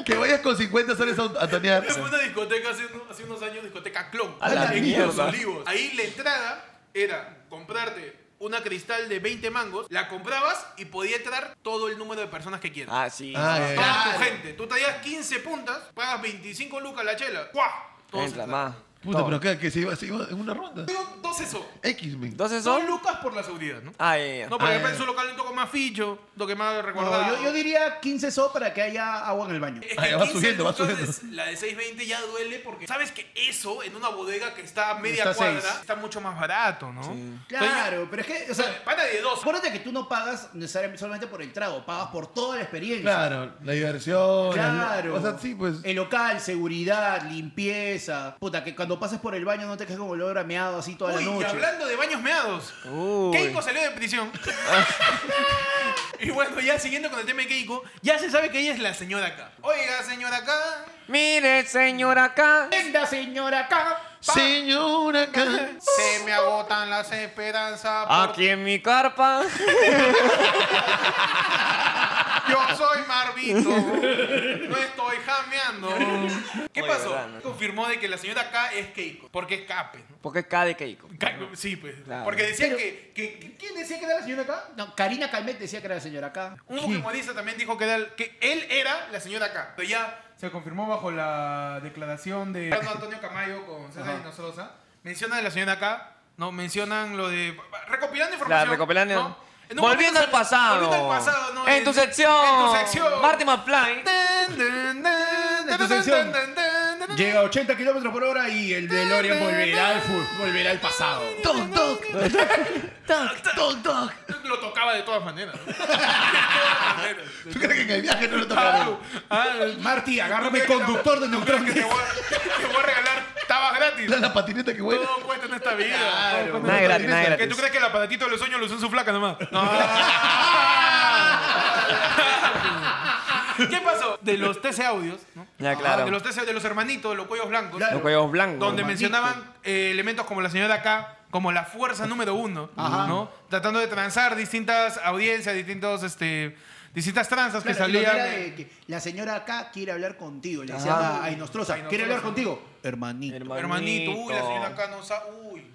[SPEAKER 4] que vayas con 50 soles a, a tonear.
[SPEAKER 1] Fue una discoteca hace, uno- hace unos años, discoteca Clon.
[SPEAKER 3] A la
[SPEAKER 1] en
[SPEAKER 3] mierda.
[SPEAKER 1] Los Olivos. Ahí la entrada era comprarte una cristal de 20 mangos, la comprabas y podía entrar todo el número de personas que quieras.
[SPEAKER 3] Ah, sí.
[SPEAKER 4] Ah,
[SPEAKER 1] Toda
[SPEAKER 4] ya,
[SPEAKER 1] tu gente. Tú traías 15 puntas, pagas 25 lucas la chela. ¡Guau! Todos
[SPEAKER 3] Entra
[SPEAKER 1] entraron.
[SPEAKER 3] más.
[SPEAKER 4] Puta,
[SPEAKER 3] No.
[SPEAKER 4] pero acá que se iba, se iba en una ronda.
[SPEAKER 1] Pero dos eso.
[SPEAKER 4] X-Men.
[SPEAKER 3] Entonces
[SPEAKER 1] Dos
[SPEAKER 3] son...
[SPEAKER 1] lucas por la seguridad, ¿no?
[SPEAKER 3] Ah, ya, ya.
[SPEAKER 1] No, porque
[SPEAKER 4] Ah,
[SPEAKER 1] de repente
[SPEAKER 4] ya.
[SPEAKER 1] su local un toco más ficho, lo que más recordaba.
[SPEAKER 2] No, yo, yo diría 15 so para que haya agua en el baño.
[SPEAKER 1] Es que
[SPEAKER 4] Ay, va
[SPEAKER 1] 15
[SPEAKER 4] subiendo, va
[SPEAKER 1] lucas
[SPEAKER 4] subiendo.
[SPEAKER 1] es- La de 6.20 ya duele porque sabes que eso en una bodega que está a media
[SPEAKER 2] Está
[SPEAKER 1] cuadra
[SPEAKER 2] seis.
[SPEAKER 1] está mucho más barato, ¿no?
[SPEAKER 2] Claro, pero es que, o sea,
[SPEAKER 1] Para de dos.
[SPEAKER 2] acuérdate que tú no pagas necesariamente solamente por el trago, pagas por toda la experiencia.
[SPEAKER 4] Claro, la diversión. la-
[SPEAKER 2] Claro. Eh,
[SPEAKER 4] O sea, sí, pues.
[SPEAKER 2] El local, seguridad, limpieza. Puta, que cuando pases por el baño no te quedes con olor a meado así toda
[SPEAKER 1] Uy,
[SPEAKER 2] la
[SPEAKER 1] y
[SPEAKER 2] noche.
[SPEAKER 1] hablando de baños meados.
[SPEAKER 3] Uy.
[SPEAKER 1] Keiko salió de prisión. y bueno, ya siguiendo con el tema de Keiko, ya se sabe que ella es la señora acá. Oiga, señora acá.
[SPEAKER 3] Mire, señor acá.
[SPEAKER 2] Venga, señora, acá.
[SPEAKER 4] Señora acá.
[SPEAKER 1] Se me agotan las esperanzas. por-
[SPEAKER 3] Aquí en mi carpa.
[SPEAKER 1] Yo soy Marvito. No estoy jameando. ¿Qué
[SPEAKER 3] Oye,
[SPEAKER 1] pasó?
[SPEAKER 3] verdad, ¿no?
[SPEAKER 1] Confirmó de que la señora acá es Keiko. Porque escape. ¿no?
[SPEAKER 3] Porque acá de Keiko.
[SPEAKER 1] Ca- Sí, pues.
[SPEAKER 3] Claro.
[SPEAKER 1] Porque decía
[SPEAKER 2] Pero-
[SPEAKER 1] que, que- ¿Quién decía que era la señora acá?
[SPEAKER 2] No, Karina Calmet decía que era la señora acá.
[SPEAKER 1] Un humorista también dijo que, era el- que él era la señora acá. Pero ya se confirmó bajo la declaración de Antonio Camayo con César Inostroza. Menciona de la señora acá, no mencionan lo de recopilando información.
[SPEAKER 3] Claro, recopilando.
[SPEAKER 1] ¿no? En un
[SPEAKER 3] Volviendo
[SPEAKER 1] momento
[SPEAKER 3] al
[SPEAKER 1] se-
[SPEAKER 3] pasado.
[SPEAKER 1] Volviendo al pasado, ¿no?
[SPEAKER 3] En tu sección.
[SPEAKER 1] En tu sección.
[SPEAKER 3] Marty McFly.
[SPEAKER 1] Tan, tan, tan,
[SPEAKER 2] En tu
[SPEAKER 1] tan,
[SPEAKER 2] sección.
[SPEAKER 1] tan, tan, tan,
[SPEAKER 2] Llega a 80 kilómetros por hora y el DeLorean volverá al, fu- volverá al pasado.
[SPEAKER 4] Toc, toc. Toc, toc, toc.
[SPEAKER 1] tan. Lo tocaba de todas maneras. ¿no? De todas maneras.
[SPEAKER 4] ¿Tú crees que en el viaje no lo
[SPEAKER 1] Ah,
[SPEAKER 4] tocaron?
[SPEAKER 1] ah,
[SPEAKER 2] Marty,
[SPEAKER 1] ¿Tú
[SPEAKER 2] agárrame
[SPEAKER 1] crees que
[SPEAKER 2] conductor de
[SPEAKER 1] te- tú crees que
[SPEAKER 2] neutrones.
[SPEAKER 1] Te voy a- te voy a regalar tabas gratis.
[SPEAKER 4] La, la patineta que huele.
[SPEAKER 1] Todo cuesta en esta vida.
[SPEAKER 2] Claro.
[SPEAKER 1] Todo cuesta en
[SPEAKER 3] Nada
[SPEAKER 1] esta
[SPEAKER 3] gratis,
[SPEAKER 1] vida.
[SPEAKER 3] nada
[SPEAKER 1] ¿Que
[SPEAKER 3] gratis.
[SPEAKER 1] tú crees que el aparatito de los sueños lo usó en su flaca nomás? ¿Qué pasó? De los TC audios, ¿no?
[SPEAKER 3] Ya, claro.
[SPEAKER 1] Ah, De los TC, de los hermanitos, de los cuellos blancos.
[SPEAKER 2] Claro.
[SPEAKER 3] Los cuellos blancos.
[SPEAKER 1] Donde
[SPEAKER 2] Hermanito.
[SPEAKER 1] mencionaban eh, elementos como la señora acá, como la fuerza número uno,
[SPEAKER 2] Ajá.
[SPEAKER 1] ¿no? Tratando de transar distintas audiencias, distintos, este, distintas tranzas que
[SPEAKER 2] Claro, y lo
[SPEAKER 1] salían.
[SPEAKER 2] que era de que la señora acá quiere hablar contigo. Le
[SPEAKER 3] Ah.
[SPEAKER 2] decía a Inostrosa,
[SPEAKER 1] Inostroza.
[SPEAKER 2] ¿quiere hablar contigo? Hermanito.
[SPEAKER 1] Hermanito, uy, la señora acá no sabe, uy.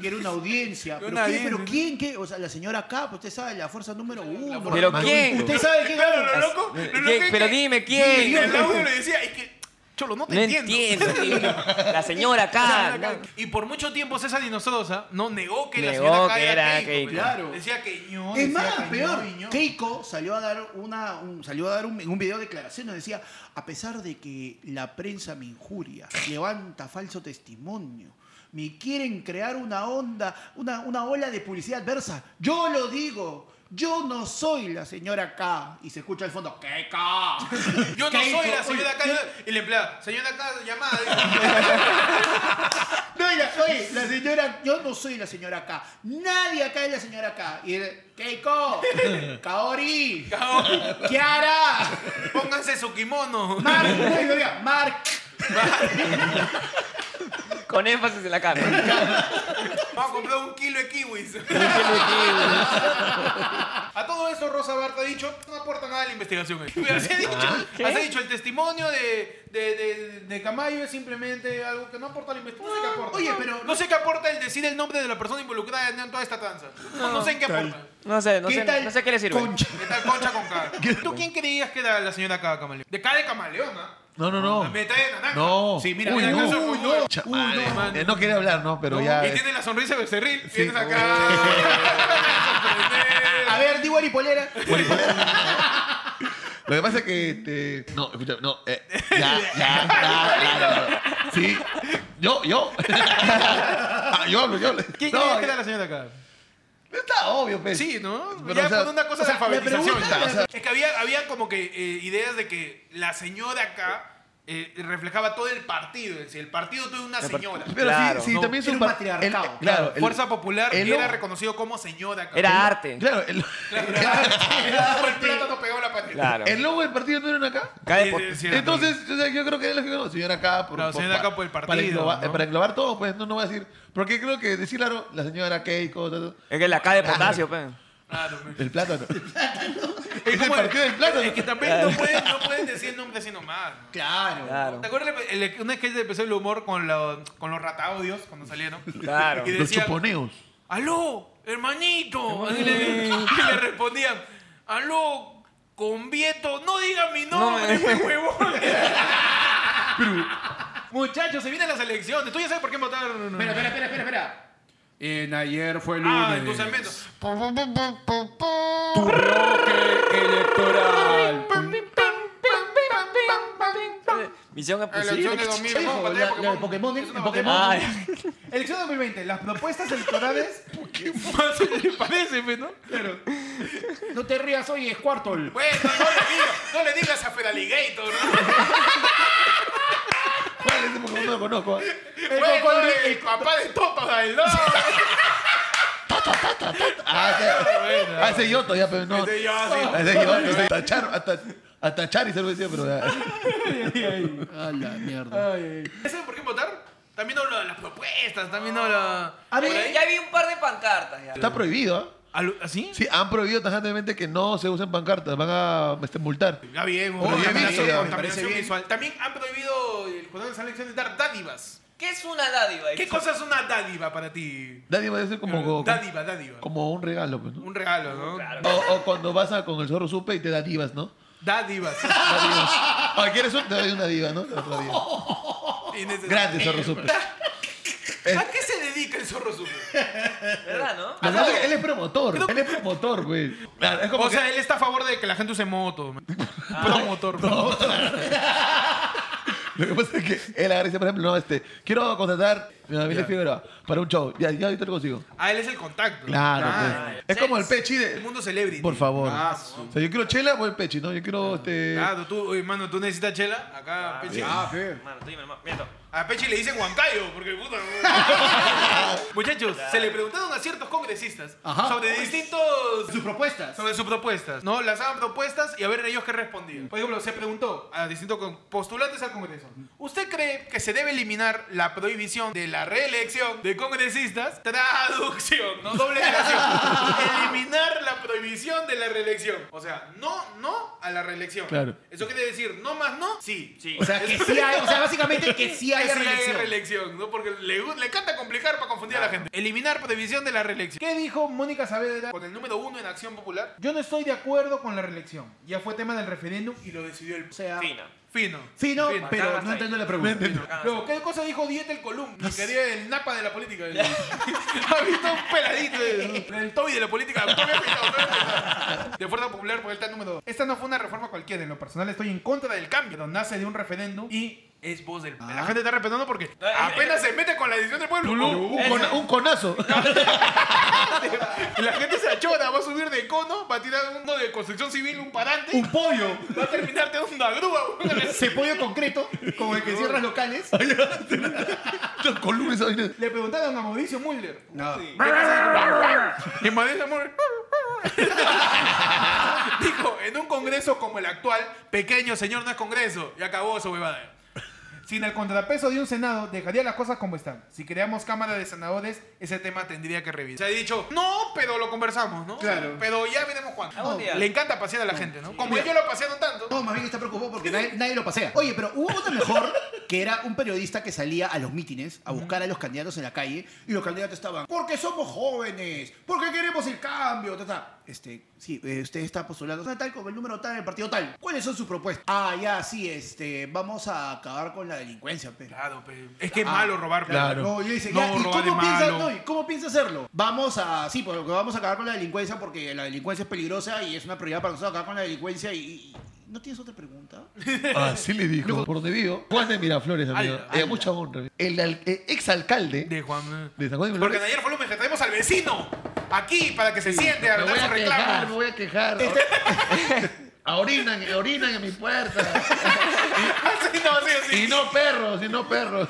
[SPEAKER 2] Quiere una audiencia. ¿Pero,
[SPEAKER 1] Una
[SPEAKER 2] qué? ¿Pero
[SPEAKER 1] audiencia.
[SPEAKER 2] quién? ¿Qué? O sea, la señora acá, pues usted sabe, la fuerza número uno.
[SPEAKER 1] fuerza
[SPEAKER 3] ¿Pero
[SPEAKER 4] Manu-
[SPEAKER 3] quién?
[SPEAKER 2] Usted sabe quién
[SPEAKER 1] Claro, lo
[SPEAKER 2] gana.
[SPEAKER 1] loco, lo
[SPEAKER 3] ¿Qué?
[SPEAKER 1] loco es
[SPEAKER 3] Pero
[SPEAKER 1] que-
[SPEAKER 3] dime, ¿quién?
[SPEAKER 1] Y en el audio le decía, es que, Cholo, no te
[SPEAKER 3] No
[SPEAKER 1] entiendo.
[SPEAKER 3] entiendo. tío. La señora acá. no.
[SPEAKER 1] Y por mucho tiempo César Inostrosa no negó que la
[SPEAKER 3] Negó
[SPEAKER 1] señora K
[SPEAKER 3] que
[SPEAKER 1] era
[SPEAKER 3] era
[SPEAKER 1] Keiko.
[SPEAKER 3] Keiko.
[SPEAKER 1] Claro.
[SPEAKER 2] Claro.
[SPEAKER 1] Decía que ño,
[SPEAKER 2] Es
[SPEAKER 1] decía
[SPEAKER 2] más,
[SPEAKER 1] que ño,
[SPEAKER 2] peor,
[SPEAKER 1] y ño.
[SPEAKER 2] Keiko salió a dar una, un- salió a dar un, en un video declaración donde decía, a pesar de que la prensa me injuria, levanta falso testimonio, me quieren crear una onda, una, una ola de publicidad adversa, yo lo digo. Yo no soy la señora K. Y se escucha al fondo, ¡Keiko!
[SPEAKER 1] Yo no
[SPEAKER 2] Keiko,
[SPEAKER 1] soy la señora
[SPEAKER 2] oye,
[SPEAKER 1] K.
[SPEAKER 2] yo-
[SPEAKER 1] Y la empleada, señora K, llamada.
[SPEAKER 2] No, y la, oye, la señora, yo no soy la señora K. Nadie acá es la señora K. Y el, Keiko, Kaori, Kiara,
[SPEAKER 1] Pónganse su kimono.
[SPEAKER 2] Mark, no, y diga, Mark.
[SPEAKER 3] Con énfasis en la cara.
[SPEAKER 1] Vamos a comprar un kilo de kiwis. A todo eso Rosa Barta ha dicho, no aporta nada a la investigación.
[SPEAKER 4] Ah,
[SPEAKER 1] Así ha dicho, así ha dicho, el testimonio de, de, de- de Camayo es simplemente algo que no aporta a la investigación. No sé qué aporta.
[SPEAKER 2] oye, pero-
[SPEAKER 1] No sé qué aporta el decir el nombre de la persona involucrada en toda esta tranza. No, no sé en qué aporta.
[SPEAKER 3] No sé, no
[SPEAKER 2] ¿Qué
[SPEAKER 3] sé,
[SPEAKER 2] tal
[SPEAKER 3] no sé qué le sirve.
[SPEAKER 2] concha?
[SPEAKER 1] ¿Qué tal concha con K? ¿Tú quién creías que era la señora K de Camaleón? De K de Camaleón, ¿ah?
[SPEAKER 4] No, no, no.
[SPEAKER 1] Me trae naranja.
[SPEAKER 4] No.
[SPEAKER 1] Sí, mira,
[SPEAKER 4] Uy,
[SPEAKER 1] mira,
[SPEAKER 4] no.
[SPEAKER 1] acá se
[SPEAKER 4] Uy,
[SPEAKER 1] acomoda.
[SPEAKER 4] no. Chale,
[SPEAKER 1] no, man.
[SPEAKER 4] eh, no quería hablar, ¿no? Pero ya.
[SPEAKER 1] Y
[SPEAKER 4] eh,
[SPEAKER 1] tiene la sonrisa de Becerril. Vienes acá.
[SPEAKER 2] A ver, di guaripolera.
[SPEAKER 4] Lo que pasa es que. este, no, escucha, no. eh, ya, ya, ya, ya, ya, ya. Sí. Yo, yo. Ah, yo hablo, yo hablo.
[SPEAKER 1] ¿Quién
[SPEAKER 4] No,
[SPEAKER 1] creías que era
[SPEAKER 4] ya-
[SPEAKER 1] la señora K?
[SPEAKER 4] Está obvio, pues.
[SPEAKER 1] Eh, Sí, ¿no?
[SPEAKER 4] Pero,
[SPEAKER 1] ya
[SPEAKER 4] o sea,
[SPEAKER 1] con una cosa
[SPEAKER 2] o sea,
[SPEAKER 1] de
[SPEAKER 2] la
[SPEAKER 1] alfabetización.
[SPEAKER 2] pregunta-
[SPEAKER 1] ya. es que había, había como que eh, ideas de que la señora acá eh, reflejaba todo el partido. Es decir, el partido tuvo una señora.
[SPEAKER 4] Pero
[SPEAKER 3] Claro,
[SPEAKER 4] sí, sí,
[SPEAKER 1] no.
[SPEAKER 4] también es
[SPEAKER 2] Era
[SPEAKER 4] un
[SPEAKER 2] un
[SPEAKER 4] par-
[SPEAKER 2] patriarcado.
[SPEAKER 4] el-
[SPEAKER 2] Claro,
[SPEAKER 4] Claro, el-
[SPEAKER 1] Fuerza Popular
[SPEAKER 4] el-
[SPEAKER 1] era reconocido como señora acá.
[SPEAKER 3] Era arte.
[SPEAKER 4] Claro, el,
[SPEAKER 1] Fue el plátano pegó la patita.
[SPEAKER 3] Claro.
[SPEAKER 4] el logo del partido no era acá.
[SPEAKER 3] Acá de por-
[SPEAKER 1] Sí, sí, sí, era
[SPEAKER 4] Entonces, o sea, yo creo que es lógico, no, señora acá, por,
[SPEAKER 1] Claro, señora acá por el
[SPEAKER 4] Para
[SPEAKER 1] partido,
[SPEAKER 4] englobar,
[SPEAKER 1] ¿no?
[SPEAKER 4] para englobar todo, pues no, no va a decir. Porque creo que decir, claro, la señora Keiko, todo,
[SPEAKER 3] Es que la acá de potasio, pe.
[SPEAKER 1] Claro, me-
[SPEAKER 4] el plátano.
[SPEAKER 1] Es
[SPEAKER 4] Es el
[SPEAKER 1] como-
[SPEAKER 4] partido del plátano.
[SPEAKER 1] Es que también no pueden, no pueden decir nombre así nomás. ¿no?
[SPEAKER 2] Claro.
[SPEAKER 3] Claro.
[SPEAKER 1] ¿Te acuerdas el- el- una vez que empezó el humor con, los con los rataudios cuando salieron?
[SPEAKER 3] Claro.
[SPEAKER 1] Y
[SPEAKER 4] Los
[SPEAKER 1] decían,
[SPEAKER 4] chuponeos.
[SPEAKER 1] ¡Aló, hermanito! Y le, y le respondían, ¡Aló,
[SPEAKER 2] eh.
[SPEAKER 1] convieto! ¡No diga mi nombre,
[SPEAKER 3] No me-
[SPEAKER 1] pues, huevón!
[SPEAKER 2] Muchachos, se viene
[SPEAKER 1] Viene la selección. Tú ya sabes por qué votaron.
[SPEAKER 2] Espera, espera, espera, espera, espera. En ayer fue lunes.
[SPEAKER 1] Ah, en tu segmento.
[SPEAKER 2] Tu bloque electoral.
[SPEAKER 3] Misión
[SPEAKER 1] Elección de
[SPEAKER 3] imposible.
[SPEAKER 1] 2000.
[SPEAKER 2] Hijo,
[SPEAKER 1] Vamos a
[SPEAKER 2] la-
[SPEAKER 1] batallar
[SPEAKER 2] la de Pokémon,
[SPEAKER 1] Es una
[SPEAKER 2] el
[SPEAKER 1] batalla.
[SPEAKER 2] Pokémon.
[SPEAKER 3] Ay,
[SPEAKER 5] Elección 2020, las propuestas electorales.
[SPEAKER 1] ¿Te parece,
[SPEAKER 2] pues,
[SPEAKER 1] fe, no?
[SPEAKER 2] No te rías hoy, es Squirtle.
[SPEAKER 1] Bueno, no le digas, no le digas a Feraligator, ¿no?
[SPEAKER 4] ¿Cuál es? Porque no lo conozco. ¿ah?
[SPEAKER 1] Bueno, el papá de Toto, el no.
[SPEAKER 4] Ah, ese- ah, ese Yoto ya, pero no. Ah,
[SPEAKER 1] Ese
[SPEAKER 4] Ese
[SPEAKER 1] yo así.
[SPEAKER 4] Yoto. ese- Hasta Char, hasta, hasta Charizard lo decía, pero ah, ya.
[SPEAKER 2] A la mierda.
[SPEAKER 1] ¿Ya saben por qué votar? También hablo de las propuestas, también hablo...
[SPEAKER 4] Ah.
[SPEAKER 5] A mí,
[SPEAKER 3] ya vi un par de pancartas. Ya.
[SPEAKER 4] Está prohibido, ¿ah?
[SPEAKER 1] ¿Así?
[SPEAKER 4] Sí, han prohibido tajantemente que no se usen pancartas, van a este, multar.
[SPEAKER 1] Ya bien,
[SPEAKER 4] Pero ya
[SPEAKER 1] contaminación-
[SPEAKER 4] vi que ya-
[SPEAKER 1] contaminación
[SPEAKER 4] me
[SPEAKER 5] parece bien.
[SPEAKER 1] visual. También han prohibido, eh, cuando las elecciones, dar dádivas.
[SPEAKER 3] ¿Qué es una dádiva?
[SPEAKER 1] ¿Qué cosa es una dádiva para ti?
[SPEAKER 4] Nadie va a decir como, como,
[SPEAKER 1] dádiva, dádiva.
[SPEAKER 4] como un regalo, pues, ¿no?
[SPEAKER 1] Un regalo, ¿no?
[SPEAKER 4] O, o cuando vas a, con el zorro supe y te da divas, ¿no?
[SPEAKER 1] Dádivas.
[SPEAKER 4] Da divas. Ah, ¿quieres un? Te doy una diva, ¿no? Te doy otra diva. Grande zorro supe. Eh.
[SPEAKER 1] ¿A qué se dedica el zorro supe?
[SPEAKER 3] ¿Verdad, no?
[SPEAKER 4] Lo que pasa es que él es promotor, él es promotor, güey. Claro, es como
[SPEAKER 1] O
[SPEAKER 4] que- Ah.
[SPEAKER 1] sea, él está a favor de que la gente use moto. man. Promotor.
[SPEAKER 4] Lo que pasa es que él agarra y dice, por ejemplo, no, este, quiero contratar a Miguel Figueroa para un show. Ya, ya ahorita lo consigo.
[SPEAKER 1] Ah, él es el contacto.
[SPEAKER 4] Claro,
[SPEAKER 1] Ah,
[SPEAKER 4] pues. Es como el pechi
[SPEAKER 1] El
[SPEAKER 4] de.
[SPEAKER 1] mundo celebrity.
[SPEAKER 4] Por favor.
[SPEAKER 1] Ah,
[SPEAKER 4] O sea, yo quiero chela, voy el pechi, ¿no? Yo quiero este.
[SPEAKER 1] Claro, tú, hermano, tú necesitas chela. Acá, Pechi.
[SPEAKER 5] Ah, fe.
[SPEAKER 3] Mano, tú dime, hermano. Miento.
[SPEAKER 1] A Pechi le dicen Huancayo, porque puta. Muchachos, se le preguntaron a ciertos congresistas
[SPEAKER 2] Ajá.
[SPEAKER 1] sobre distintos.
[SPEAKER 2] Sus propuestas.
[SPEAKER 1] Sobre sus propuestas, ¿no? Lanzaban propuestas y a ver ellos qué respondían. Por ejemplo, se preguntó a distintos con- postulantes al Congreso. ¿Usted cree que se debe eliminar la prohibición de la reelección de congresistas? Traducción, no doble negación. eliminar la prohibición de la reelección. O sea, no, no a la reelección.
[SPEAKER 4] Claro.
[SPEAKER 1] Eso quiere decir, no más no, sí.
[SPEAKER 3] Sí.
[SPEAKER 2] O sea, que sí hay, o sea, básicamente que sí hay
[SPEAKER 1] Que sí haya
[SPEAKER 2] reelección.
[SPEAKER 1] reelección, ¿no? Porque le, gu- le encanta complicar para confundir a la gente. Eliminar prohibición de la reelección.
[SPEAKER 5] ¿Qué dijo Mónica Saavedra?
[SPEAKER 1] Con el número uno en Acción Popular,
[SPEAKER 5] Yo no estoy de acuerdo con la reelección. Ya fue tema del referéndum y lo decidió el.
[SPEAKER 2] O sea,
[SPEAKER 3] Fina.
[SPEAKER 1] fino.
[SPEAKER 2] fino,
[SPEAKER 1] Fino.
[SPEAKER 2] pero no entiendo la pregunta.
[SPEAKER 1] Luego, ¿qué cosa dijo Dieter Column? Que quería el napa de la política. El- ha visto un peladito el, el Toby de la política. Toby afeitado, Toby afeitado. de Fuerza Popular porque él está en número 2.
[SPEAKER 5] Esta no fue una reforma cualquiera. En lo personal estoy en contra del cambio. pero Nace de un referéndum y.
[SPEAKER 1] Es voz del... Ah, eh, La gente está respetando porque apenas se mete con la decisión del pueblo.
[SPEAKER 4] Un, cona- un conazo.
[SPEAKER 1] La gente se achora, va a subir de cono, va a tirar uno de construcción civil, un parante.
[SPEAKER 5] Un pollo.
[SPEAKER 1] Va a terminar teniendo una grúa. una res-
[SPEAKER 5] Ese pollo concreto con el que cierras locales.
[SPEAKER 4] Con columnas, esa vaina.
[SPEAKER 5] Le preguntaron a Mauricio Mulder.
[SPEAKER 1] Y Mauricio Amor. Dijo, en un congreso como el actual, pequeño señor no es congreso. Y acabó su huevada.
[SPEAKER 5] Sin el contrapeso de un Senado, dejaría las cosas como están. Si creamos Cámara de Senadores,
[SPEAKER 1] Ese tema tendría que revisar. Se ha dicho, no, pero lo conversamos, ¿no?
[SPEAKER 5] Claro.
[SPEAKER 1] Pero ya veremos cuándo.
[SPEAKER 3] Algún día.
[SPEAKER 1] Le encanta pasear a la gente, ¿no? Como ellos lo pasearon tanto.
[SPEAKER 2] No, más bien está preocupado porque nadie, nadie lo pasea. Oye, pero hubo otra mejor que era un periodista que salía a los mítines a buscar a los candidatos en la calle y los candidatos estaban, porque somos jóvenes, porque queremos el cambio, ta, ta". Este, sí, eh, usted está postulando tal con el número tal, el partido tal. ¿Cuáles son sus propuestas? Ah, ya, sí, este, vamos a acabar con la delincuencia, pero.
[SPEAKER 1] Claro, pero es que es
[SPEAKER 2] Ah,
[SPEAKER 1] malo robar. pues.
[SPEAKER 4] claro.
[SPEAKER 2] No, y dice,
[SPEAKER 1] No,
[SPEAKER 2] ya, ¿y
[SPEAKER 1] robar
[SPEAKER 2] cómo
[SPEAKER 1] es
[SPEAKER 2] piensa,
[SPEAKER 1] malo.
[SPEAKER 2] no, ¿y cómo piensa hacerlo? Vamos a, sí, porque vamos a acabar con la delincuencia porque la delincuencia es peligrosa y es una prioridad para nosotros acabar con la delincuencia y- y ¿no tienes otra pregunta?
[SPEAKER 4] Así Ah, le dijo. Por donde vivo, Juan de Miraflores, amigo.
[SPEAKER 1] Ala,
[SPEAKER 4] Eh, mucha honra. El, al- eh, exalcalde
[SPEAKER 1] De Juan.
[SPEAKER 4] de San Juan de
[SPEAKER 1] Porque en
[SPEAKER 4] Miraflores.
[SPEAKER 1] ayer fue lo que traemos al vecino. Aquí, para que se siente a
[SPEAKER 4] Me voy
[SPEAKER 1] dar sus
[SPEAKER 4] a quejar, me
[SPEAKER 1] reclamos.
[SPEAKER 4] voy a quejar.
[SPEAKER 1] Este-
[SPEAKER 4] Orinan, orinan en mi puerta.
[SPEAKER 1] Así, no, así, así.
[SPEAKER 4] Y no perros, y no perros.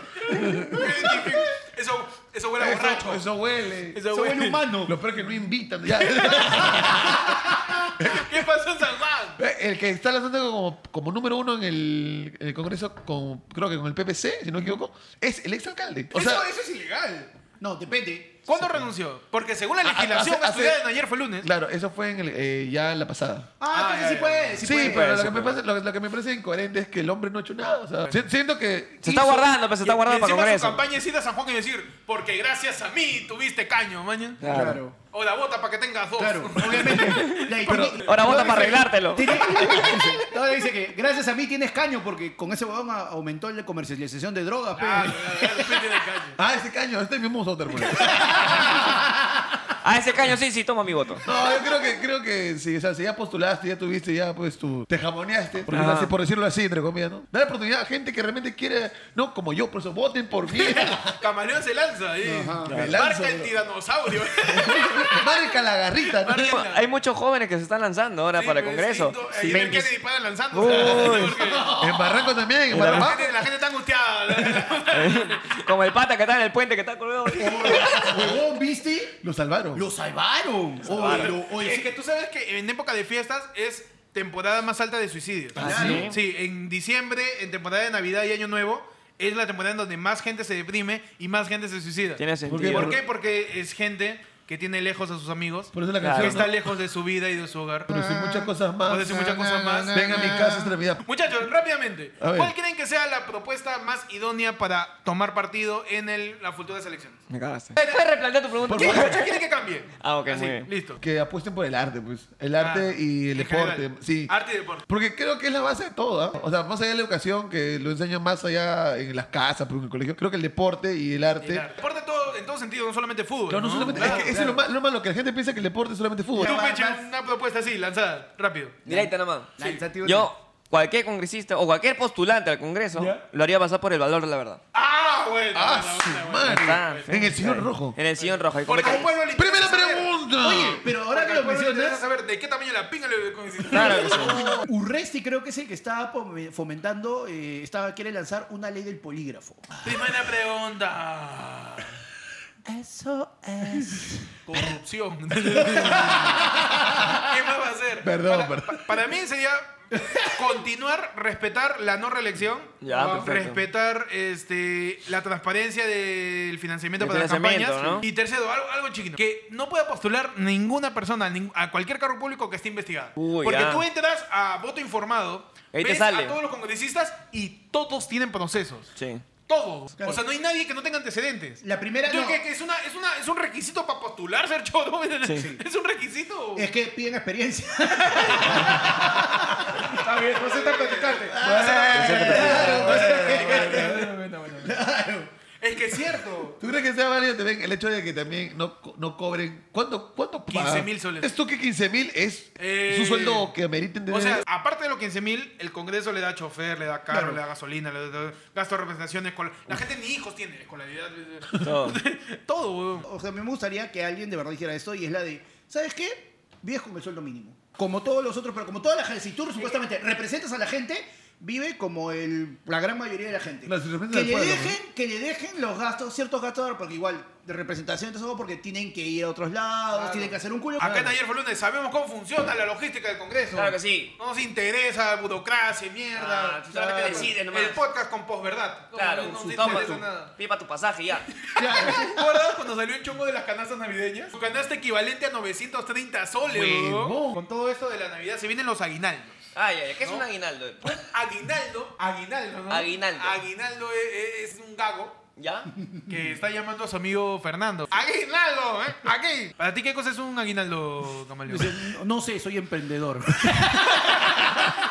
[SPEAKER 1] Eso, eso huele a borracho.
[SPEAKER 4] Eso huele.
[SPEAKER 1] Eso
[SPEAKER 2] Soy un
[SPEAKER 1] huele.
[SPEAKER 2] humano.
[SPEAKER 4] Lo peor es que no invitan. Ya.
[SPEAKER 1] ¿Qué pasó en San Juan?
[SPEAKER 4] El que está lanzando como, como número uno en el, en el Congreso, con, creo que con el PPC, si no me equivoco, es el exalcalde. O sea,
[SPEAKER 1] eso, eso es ilegal.
[SPEAKER 2] No, depende.
[SPEAKER 1] ¿Cuándo renunció? Porque según la
[SPEAKER 4] Ah,
[SPEAKER 1] legislación
[SPEAKER 4] hace- hace-
[SPEAKER 1] estudiada en ayer fue el lunes.
[SPEAKER 4] Claro, eso fue en el- eh, ya la pasada.
[SPEAKER 2] Ah,
[SPEAKER 1] Ah,
[SPEAKER 2] entonces
[SPEAKER 1] ya,
[SPEAKER 2] sí
[SPEAKER 1] ya,
[SPEAKER 2] puede.
[SPEAKER 4] Sí,
[SPEAKER 2] Sí, puede.
[SPEAKER 4] pero lo
[SPEAKER 3] sí
[SPEAKER 4] que, me
[SPEAKER 3] puede.
[SPEAKER 4] parece, lo, lo que me parece incoherente es que el hombre no ha hecho nada. o sea, si- siento que.
[SPEAKER 3] Se está
[SPEAKER 4] hizo-
[SPEAKER 3] guardando, pues se está guardando
[SPEAKER 1] Y
[SPEAKER 3] para
[SPEAKER 1] encima
[SPEAKER 3] Congreso.
[SPEAKER 1] su campaña es ir a San Juan y decir, porque gracias a mí tuviste caño, mañana.
[SPEAKER 2] Claro,
[SPEAKER 1] O la bota para que tengas dos.
[SPEAKER 2] claro. Obviamente. la-
[SPEAKER 3] Ahora vota
[SPEAKER 2] luego
[SPEAKER 3] para
[SPEAKER 2] dice-
[SPEAKER 3] arreglártelo.
[SPEAKER 2] Tiene- Ahora dice que gracias a mí tienes caño porque con ese huevón a- aumentó la comercialización de drogas. pe.
[SPEAKER 1] Ah, claro, depende del caño.
[SPEAKER 4] Ah, ese caño, este es mi mismo Sotter, pues.
[SPEAKER 3] A ese caño sí, sí, toma mi voto.
[SPEAKER 4] No, yo creo que, creo que sí, o sea, si ya postulaste, ya tuviste, ya pues tú te jamoneaste, por, decirlo
[SPEAKER 3] Ah.
[SPEAKER 4] así, por decirlo así, entre comillas, ¿no? Dale oportunidad a gente que realmente quiere, no como yo, por eso voten por mí.
[SPEAKER 1] Camaleón se lanza. ahí.
[SPEAKER 4] Me lanzo,
[SPEAKER 1] Marca el
[SPEAKER 4] bro.
[SPEAKER 1] tiranosaurio.
[SPEAKER 4] Marca la garrita, ¿no?
[SPEAKER 3] Hay muchos jóvenes que se están lanzando ahora para el Congreso.
[SPEAKER 1] Y
[SPEAKER 3] Veinti-
[SPEAKER 1] Kennedy para lanzando.
[SPEAKER 3] Uy.
[SPEAKER 4] En Barranco también, en
[SPEAKER 1] La
[SPEAKER 4] Barranco.
[SPEAKER 1] gente, la gente está angustiada.
[SPEAKER 3] Como el pata que está en el puente que está colgado. Eh,
[SPEAKER 2] Huevón, ¿viste?
[SPEAKER 4] Lo salvaron.
[SPEAKER 2] Lo salvaron. Oye, lo- oye,
[SPEAKER 1] es
[SPEAKER 2] sí.
[SPEAKER 1] que tú sabes que en época de fiestas es temporada más alta de suicidios.
[SPEAKER 3] ¿Ah, sí?
[SPEAKER 1] Sí, en diciembre, en temporada de Navidad y Año Nuevo, es la temporada en donde más gente se deprime y más gente se suicida.
[SPEAKER 3] Tiene
[SPEAKER 1] ¿Por qué?
[SPEAKER 3] sentido.
[SPEAKER 1] ¿Por qué? Porque es gente que tiene lejos a sus amigos,
[SPEAKER 4] Por eso la
[SPEAKER 3] Claro.
[SPEAKER 1] que
[SPEAKER 4] canción.
[SPEAKER 1] está
[SPEAKER 4] ¿no?
[SPEAKER 1] lejos de su vida y de su hogar.
[SPEAKER 4] Pero sin muchas cosas más.
[SPEAKER 1] Pero sin muchas cosas más.
[SPEAKER 4] Venga a mi casa, esta Navidad.
[SPEAKER 1] Muchachos, rápidamente,
[SPEAKER 4] A ver.
[SPEAKER 1] ¿cuál creen que sea la propuesta más idónea para tomar partido en el- la futura selección?
[SPEAKER 3] Me cagaste. Puedes replantear tu pregunta.
[SPEAKER 1] ¿Qué muchachos quieren que cambie?
[SPEAKER 3] Ah, ok,
[SPEAKER 1] Así,
[SPEAKER 3] muy bien.
[SPEAKER 1] Listo.
[SPEAKER 4] Que apuesten por el arte, pues. El arte
[SPEAKER 1] Ah,
[SPEAKER 4] y el
[SPEAKER 1] en
[SPEAKER 4] deporte.
[SPEAKER 1] general.
[SPEAKER 4] Sí.
[SPEAKER 1] Arte y deporte.
[SPEAKER 4] Porque creo que es la base de todo, ¿ah? O sea, más allá de la educación, que lo enseñan más allá en las casas, pero en el colegio, creo que el deporte y el arte.
[SPEAKER 1] El arte. Deporte todo, en todo sentido, no solamente fútbol.
[SPEAKER 4] Claro, no solamente-
[SPEAKER 1] Claro,
[SPEAKER 4] es que eso es
[SPEAKER 1] claro.
[SPEAKER 4] lo malo, lo malo, que la gente piensa que el deporte es solamente fútbol.
[SPEAKER 1] Tú, Peche, una propuesta así, lanzada, rápido.
[SPEAKER 3] Directa nomás.
[SPEAKER 2] Lanzativo.
[SPEAKER 3] Yo, cualquier congresista o cualquier postulante al Congreso, lo haría pasar por el valor de la verdad.
[SPEAKER 1] ¡Ah, bueno!
[SPEAKER 4] ¡Ah,
[SPEAKER 1] bueno,
[SPEAKER 4] su
[SPEAKER 1] bueno, bueno.
[SPEAKER 4] madre!
[SPEAKER 3] Está,
[SPEAKER 4] En el sillón
[SPEAKER 3] ahí.
[SPEAKER 4] rojo.
[SPEAKER 3] En el sillón rojo. ahí
[SPEAKER 1] Porque
[SPEAKER 3] comete-
[SPEAKER 1] al pueblo le
[SPEAKER 4] ¡Primera
[SPEAKER 1] interesa saber-
[SPEAKER 4] pregunta!
[SPEAKER 2] Oye, pero ahora que
[SPEAKER 1] Porque
[SPEAKER 2] lo
[SPEAKER 1] al pueblo le interesa
[SPEAKER 2] mencionas,
[SPEAKER 1] saber de qué tamaño la pinga le
[SPEAKER 3] Claro que sí.
[SPEAKER 2] Urresti creo que es el que estaba pome- fomentando, eh, estaba, quiere lanzar una ley del polígrafo.
[SPEAKER 1] Primera pregunta.
[SPEAKER 2] Eso es.
[SPEAKER 1] Corrupción. ¿Qué más va a hacer?
[SPEAKER 4] Perdón,
[SPEAKER 1] para,
[SPEAKER 4] perdón.
[SPEAKER 1] pa- para mí sería continuar, respetar la no reelección.
[SPEAKER 3] Ya,
[SPEAKER 4] Ah,
[SPEAKER 3] perfecto.
[SPEAKER 1] Respetar este, la transparencia del financiamiento
[SPEAKER 3] El
[SPEAKER 1] para las
[SPEAKER 3] financiamiento,
[SPEAKER 1] campañas.
[SPEAKER 3] ¿no?
[SPEAKER 1] Y tercero, algo, algo chiquito. Que no pueda postular ninguna persona nin- a cualquier cargo público que esté investigada.
[SPEAKER 3] Uy,
[SPEAKER 1] Porque
[SPEAKER 3] ya.
[SPEAKER 1] tú entras a voto informado,
[SPEAKER 3] Ahí te
[SPEAKER 1] ves
[SPEAKER 3] sale.
[SPEAKER 1] a todos los congresistas y todos tienen procesos.
[SPEAKER 3] Sí.
[SPEAKER 1] Todos.
[SPEAKER 2] Claro.
[SPEAKER 1] O sea, no hay nadie que no tenga antecedentes.
[SPEAKER 2] La primera
[SPEAKER 1] Entonces,
[SPEAKER 2] no.
[SPEAKER 1] ¿qué- qué es, una, es, una, es un requisito para postular ser choro. Es un requisito.
[SPEAKER 2] Es que piden experiencia.
[SPEAKER 5] Está bien, no se tan practicante.
[SPEAKER 1] Ah, Es que es cierto.
[SPEAKER 4] ¿Tú crees que sea válido también el hecho de que también no, co- no cobren? ¿Cuánto? cuánto
[SPEAKER 1] 15.000 soles.
[SPEAKER 4] ¿Esto que 15 mil es
[SPEAKER 1] Eh,
[SPEAKER 4] su sueldo que ameriten de
[SPEAKER 1] O sea, aparte de los 15 mil, el Congreso le da chofer, le da carro, le da gasolina, le da gasto de representación, escolar. La gente ni hijos tiene, escolaridad.
[SPEAKER 3] Todo.
[SPEAKER 1] Todo, weón.
[SPEAKER 2] O sea, a mí me gustaría que alguien de verdad dijera esto y es la de, ¿sabes qué? Vives con el sueldo mínimo. Como todos los otros, pero como toda la gente, si tú supuestamente representas a la gente, vive como el, la gran mayoría de la gente.
[SPEAKER 4] No, si representas
[SPEAKER 2] que,
[SPEAKER 4] al
[SPEAKER 2] le
[SPEAKER 4] pueblo,
[SPEAKER 2] dejen, que le dejen los gastos, ciertos gastos, porque igual de representación, entonces, oh, porque tienen que ir a otros lados, tienen que hacer un culo.
[SPEAKER 1] Acá en ayer fue lunes, sabemos cómo funciona la logística del Congreso.
[SPEAKER 3] Claro que sí.
[SPEAKER 1] No nos interesa burocracia, mierda.
[SPEAKER 3] Ah, tú solamente decides nomás.
[SPEAKER 1] El podcast con posverdad. No,
[SPEAKER 3] Claro,
[SPEAKER 1] no, nos
[SPEAKER 3] toma
[SPEAKER 1] interesa nada.
[SPEAKER 3] tu, pipa tu pasaje ya.
[SPEAKER 1] ¿Te acuerdas cuando salió el chongo de las canastas navideñas? Su canasta equivalente a 930 soles,
[SPEAKER 4] Huevón.
[SPEAKER 1] huevón. Con todo esto de la Navidad se vienen los aguinaldos.
[SPEAKER 3] Ay, ay, ¿qué es un aguinaldo?
[SPEAKER 1] Aguinaldo, aguinaldo, ¿no?
[SPEAKER 3] Aguinaldo.
[SPEAKER 1] Aguinaldo e, es, es un gago
[SPEAKER 3] ¿Ya?
[SPEAKER 1] que está llamando a su amigo Fernando. ¡Aguinaldo! ¿eh? ¡Aquí! ¿Para ti qué cosa es un aguinaldo, camaleón?
[SPEAKER 2] No, no sé, soy emprendedor.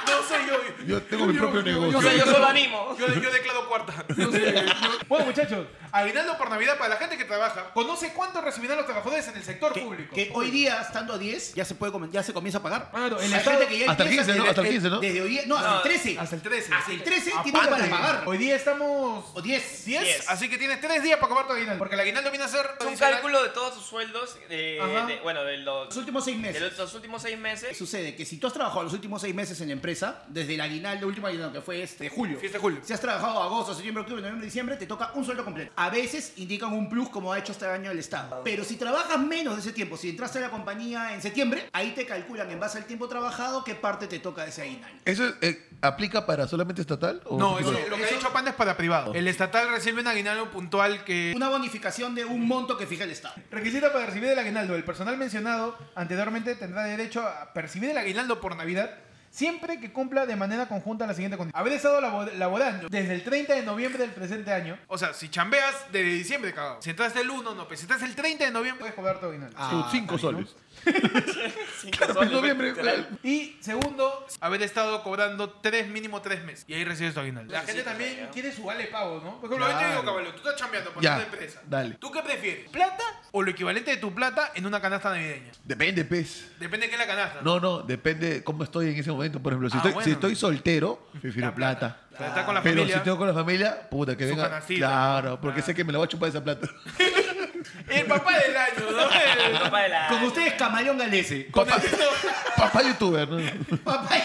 [SPEAKER 1] No sé, yo.
[SPEAKER 4] Yo tengo mi propio negocio.
[SPEAKER 3] O sea, yo solo animo.
[SPEAKER 1] Yo, yo declaro cuarta. No sé, yo-
[SPEAKER 5] Bueno, muchachos,
[SPEAKER 1] Aguinaldo por Navidad para la gente que trabaja. Conoce cuánto recibirán los trabajadores en el sector público.
[SPEAKER 2] que hoy día, estando a 10, ya se, puede, comen- ya se comienza a pagar.
[SPEAKER 5] Claro, el
[SPEAKER 2] Hay
[SPEAKER 5] Estado-
[SPEAKER 2] gente que ya
[SPEAKER 4] Hasta el
[SPEAKER 2] empieza
[SPEAKER 4] 15, ¿no?
[SPEAKER 2] desde-
[SPEAKER 4] Hasta el 15, ¿no?
[SPEAKER 2] Desde hoy día, no, hasta el 13.
[SPEAKER 1] Hasta el 13.
[SPEAKER 2] Hasta el 13 tiene
[SPEAKER 5] Aparte,
[SPEAKER 2] para pagar.
[SPEAKER 5] Hoy día estamos.
[SPEAKER 2] O 10.
[SPEAKER 1] 10,
[SPEAKER 3] Diez.
[SPEAKER 1] así que tienes 3 días para cobrar tu aguinaldo. Porque el aguinaldo viene a ser.
[SPEAKER 3] Es un
[SPEAKER 1] adicional.
[SPEAKER 3] cálculo de todos sus sueldos, de,
[SPEAKER 1] Ajá.
[SPEAKER 3] de- bueno, de
[SPEAKER 2] Los
[SPEAKER 3] los,
[SPEAKER 2] últimos seis
[SPEAKER 3] de
[SPEAKER 2] meses.
[SPEAKER 3] los- los últimos seis meses.
[SPEAKER 2] Sucede que si tú has trabajado los últimos seis meses en la empresa, desde el aguinaldo, el último aguinaldo que fue este de julio.
[SPEAKER 1] Fiesta de julio.
[SPEAKER 2] Si has trabajado agosto, septiembre, octubre, noviembre, diciembre, te toca un sueldo completo. A veces indican un plus como ha hecho este año el Estado. Pero si trabajas menos de ese tiempo, si entraste a la compañía en septiembre, ahí te calculan en base al tiempo trabajado qué parte te toca de ese aguinaldo.
[SPEAKER 4] ¿Eso eh, aplica para solamente estatal? o
[SPEAKER 1] No,
[SPEAKER 4] público?
[SPEAKER 1] eso- lo que ha dicho Panda es para privado. El estatal recibe un aguinaldo puntual que...
[SPEAKER 2] Una bonificación de un monto que fija el Estado.
[SPEAKER 5] Requisito para recibir el aguinaldo. El personal mencionado anteriormente tendrá derecho a percibir el aguinaldo por Navidad siempre que cumpla de manera conjunta la siguiente condición. Haber estado labo- laborando desde el 30 de noviembre del presente año,
[SPEAKER 1] O sea, si chambeas desde diciembre, cagado. Si entras el 1, no, pero si entras el 30 de noviembre... Ah.
[SPEAKER 5] puedes cobrar tu aguinaldo.
[SPEAKER 4] Sus cinco soles. Claro, pues,
[SPEAKER 3] soles,
[SPEAKER 4] en noviembre.
[SPEAKER 3] literal.
[SPEAKER 4] claro.
[SPEAKER 5] Y segundo,
[SPEAKER 1] Haber estado cobrando tres, mínimo tres meses. Y ahí recibes tu aguinaldo.
[SPEAKER 5] la gente también quiere su vale pago, ¿no?
[SPEAKER 1] Por ejemplo, yo te digo,
[SPEAKER 4] Claro.
[SPEAKER 1] caballo, tú estás chambeando para
[SPEAKER 4] Ya,
[SPEAKER 1] una empresa.
[SPEAKER 4] dale.
[SPEAKER 1] ¿Tú qué prefieres? ¿Plata o lo equivalente de tu plata en una canasta navideña?
[SPEAKER 4] Depende, pez.
[SPEAKER 1] Depende de qué es la canasta.
[SPEAKER 4] No, no, depende cómo estoy en ese momento. Por ejemplo, si,
[SPEAKER 1] Ah,
[SPEAKER 4] estoy,
[SPEAKER 1] bueno.
[SPEAKER 4] si estoy soltero, prefiero
[SPEAKER 1] La
[SPEAKER 4] plata.
[SPEAKER 1] O sea, estás con la
[SPEAKER 4] Pero
[SPEAKER 1] familia.
[SPEAKER 4] si tengo con la familia, puta, que
[SPEAKER 1] Su
[SPEAKER 4] venga.
[SPEAKER 1] canastita.
[SPEAKER 4] Claro, porque
[SPEAKER 1] Ah.
[SPEAKER 4] sé que me la voy a chupar esa plata.
[SPEAKER 1] El papá del año, ¿no? El-
[SPEAKER 3] Papá de la-
[SPEAKER 2] Con ustedes, Camaleón Galese.
[SPEAKER 1] Con el,
[SPEAKER 4] Papá youtuber, ¿no?
[SPEAKER 2] Papá.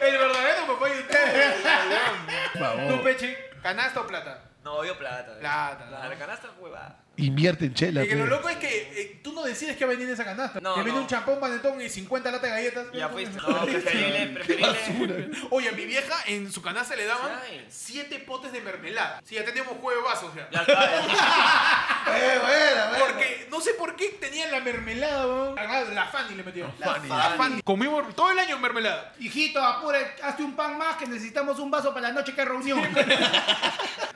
[SPEAKER 1] el verdadero papá de ustedes.
[SPEAKER 4] Por favor.
[SPEAKER 1] ¿Tú, Peche? ¿Canasta o plata?
[SPEAKER 3] No, yo plata.
[SPEAKER 1] Plata.
[SPEAKER 3] La, la canasta huevada.
[SPEAKER 4] Invierte en chela. pues.
[SPEAKER 1] Y que lo
[SPEAKER 4] pe.
[SPEAKER 1] loco es que eh, tú no decides qué va a venir en esa canasta.
[SPEAKER 3] No,
[SPEAKER 1] que viene
[SPEAKER 3] no.
[SPEAKER 1] un champón, panetón y 50 latas de galletas.
[SPEAKER 3] Ya fuiste. No, preferible,
[SPEAKER 4] Basura.
[SPEAKER 3] preferible.
[SPEAKER 1] Oye, a mi vieja en su canasta le daban
[SPEAKER 3] Ay.
[SPEAKER 1] 7 potes de mermelada. Sí, ya teníamos juego de vasos, o sea.
[SPEAKER 3] Ya está.
[SPEAKER 4] Eh, buena, buena.
[SPEAKER 1] Porque no sé por qué tenían la mermelada, weón. La, la Fanny le metió. La,
[SPEAKER 4] Fanny.
[SPEAKER 1] Fanny. Comimos todo el año mermelada.
[SPEAKER 2] Hijito, apure, hazte un pan más que necesitamos un vaso para la noche que hay reunión.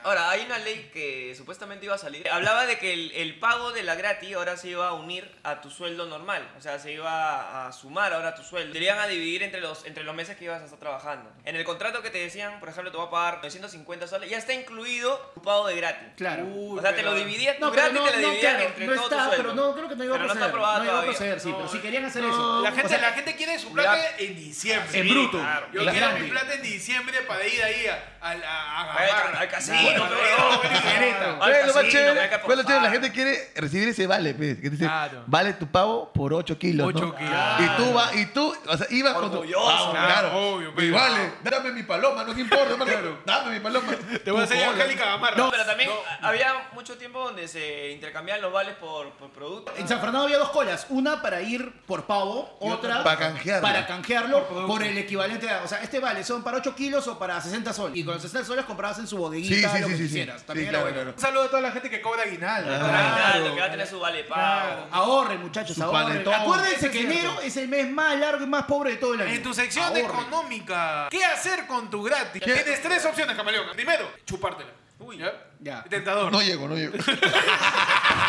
[SPEAKER 3] Ahora, hay una ley que supuestamente iba a salir. Hablaba de que el, el pago de la gratis ahora se iba a unir a tu sueldo normal. O sea, se iba a sumar ahora a tu sueldo. Te iban a dividir entre los, entre los meses que ibas a estar trabajando. En el contrato que te decían, por ejemplo, te voy a pagar 950 soles, ya está incluido tu pago de gratis.
[SPEAKER 2] Claro.
[SPEAKER 3] o sea, te lo dividían, tu
[SPEAKER 2] No, pero
[SPEAKER 3] gratis
[SPEAKER 2] no,
[SPEAKER 3] te lo
[SPEAKER 2] no,
[SPEAKER 3] dividían
[SPEAKER 2] claro,
[SPEAKER 3] entre
[SPEAKER 2] no
[SPEAKER 3] todo
[SPEAKER 2] está,
[SPEAKER 3] tu sueldo.
[SPEAKER 2] pero no, creo que no iba a
[SPEAKER 3] Pero no
[SPEAKER 2] proceder.
[SPEAKER 3] está aprobado
[SPEAKER 2] no iba a
[SPEAKER 3] todavía.
[SPEAKER 2] proceder, sí,
[SPEAKER 1] No,
[SPEAKER 2] pero si
[SPEAKER 1] eh.
[SPEAKER 2] querían hacer eso.
[SPEAKER 1] La gente,
[SPEAKER 2] o sea,
[SPEAKER 1] la gente quiere su plata en diciembre.
[SPEAKER 2] En bruto.
[SPEAKER 3] claro.
[SPEAKER 1] Yo
[SPEAKER 2] La
[SPEAKER 1] quiero mi
[SPEAKER 2] grande.
[SPEAKER 1] plata en diciembre para ir ahí a, a, a, a
[SPEAKER 3] Al-
[SPEAKER 1] Gamarra.
[SPEAKER 3] al casino,
[SPEAKER 1] Para
[SPEAKER 3] pero-
[SPEAKER 1] ir a Bolivia.
[SPEAKER 2] Querétaro.
[SPEAKER 1] Ah,
[SPEAKER 3] Al
[SPEAKER 4] Bueno, más
[SPEAKER 3] casino,
[SPEAKER 4] chévere,
[SPEAKER 3] acá por
[SPEAKER 4] bueno, chévere, la
[SPEAKER 3] favor.
[SPEAKER 4] gente quiere recibir ese vale, pues, que dice,
[SPEAKER 1] Claro.
[SPEAKER 4] vale tu pavo por 8 kilos, ¿no?
[SPEAKER 1] Ocho kilos.
[SPEAKER 4] Y tú vas, y tú, o sea, ibas con tu...
[SPEAKER 3] Orgulloso,
[SPEAKER 4] Ah,
[SPEAKER 1] claro, eh. obvio,
[SPEAKER 4] Y
[SPEAKER 1] pero-
[SPEAKER 4] vale, dame mi paloma, no te importa, hermano, dame mi paloma.
[SPEAKER 1] Te voy a hacer Angélica Gamarra.
[SPEAKER 3] No, pero también había mucho tiempo donde se intercambiaban los vales por, por producto.
[SPEAKER 2] En San Fernando había dos colas, una para ir por pavo, otra
[SPEAKER 4] para canjearlo.
[SPEAKER 2] para canjearlo por, el equivalente a, o sea, este vale son para 8 kilos o para 60 soles. Y con 60 soles comprabas en su bodeguita
[SPEAKER 4] Sí, sí,
[SPEAKER 2] lo
[SPEAKER 4] sí,
[SPEAKER 2] que
[SPEAKER 4] sí, sí.
[SPEAKER 2] quisieras. También
[SPEAKER 4] Sí,
[SPEAKER 2] era
[SPEAKER 4] claro,
[SPEAKER 2] bueno.
[SPEAKER 4] claro.
[SPEAKER 1] Un saludo a toda la gente que cobra aguinaldo.
[SPEAKER 3] Claro, que va a tener su vale de pago.
[SPEAKER 2] Ah, Ahorren, muchachos,
[SPEAKER 4] Su
[SPEAKER 2] ahorren.
[SPEAKER 4] panetón.
[SPEAKER 2] Acuérdense
[SPEAKER 1] Eso es
[SPEAKER 2] que
[SPEAKER 1] cierto.
[SPEAKER 2] enero es el mes más largo y más pobre de todo el año.
[SPEAKER 1] En tu sección
[SPEAKER 2] Ahorren.
[SPEAKER 1] económica, ¿qué hacer con tu gratis? Tienes tres opciones, camaleón. Primero, chupártela. Uy, ¿ya?
[SPEAKER 2] Ya.
[SPEAKER 1] Tentador.
[SPEAKER 4] No llego, no llego.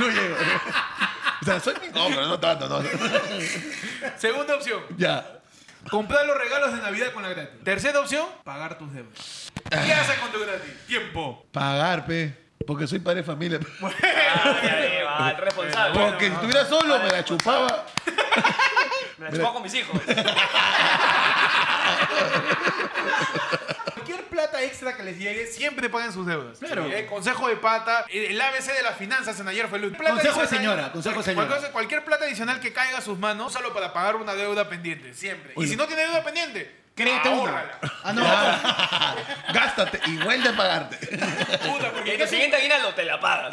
[SPEAKER 4] no llego. O sea, soy... No, pero no tanto, no.
[SPEAKER 1] Segunda opción,
[SPEAKER 4] ya.
[SPEAKER 1] comprar los regalos de Navidad con la gratis. Tercera opción, pagar tus deudas. ¿Qué haces con tu gratis? Tiempo.
[SPEAKER 4] Pagar, pe. Porque soy padre de familia.
[SPEAKER 3] Ah, ya le va, el responsable.
[SPEAKER 4] Porque si estuviera solo me la chupaba.
[SPEAKER 3] Me la chupaba con mis hijos.
[SPEAKER 1] Cualquier plata extra que les llegue, siempre paguen sus deudas.
[SPEAKER 2] Claro.
[SPEAKER 1] Eh, consejo de pata, eh, el ABC de las finanzas en ayer fue el último.
[SPEAKER 2] Consejo de señora, consejo de señora.
[SPEAKER 1] Cualquier, cualquier plata adicional que caiga a sus manos, solo para pagar una deuda pendiente, siempre. Y si no tiene deuda pendiente,
[SPEAKER 2] Créete
[SPEAKER 1] ahórrala.
[SPEAKER 2] una. Ah, no.
[SPEAKER 4] Gástate y vuelve a pagarte.
[SPEAKER 1] Puta, porque
[SPEAKER 3] Y tu
[SPEAKER 1] es
[SPEAKER 3] siguiente aguinaldo te la pagas.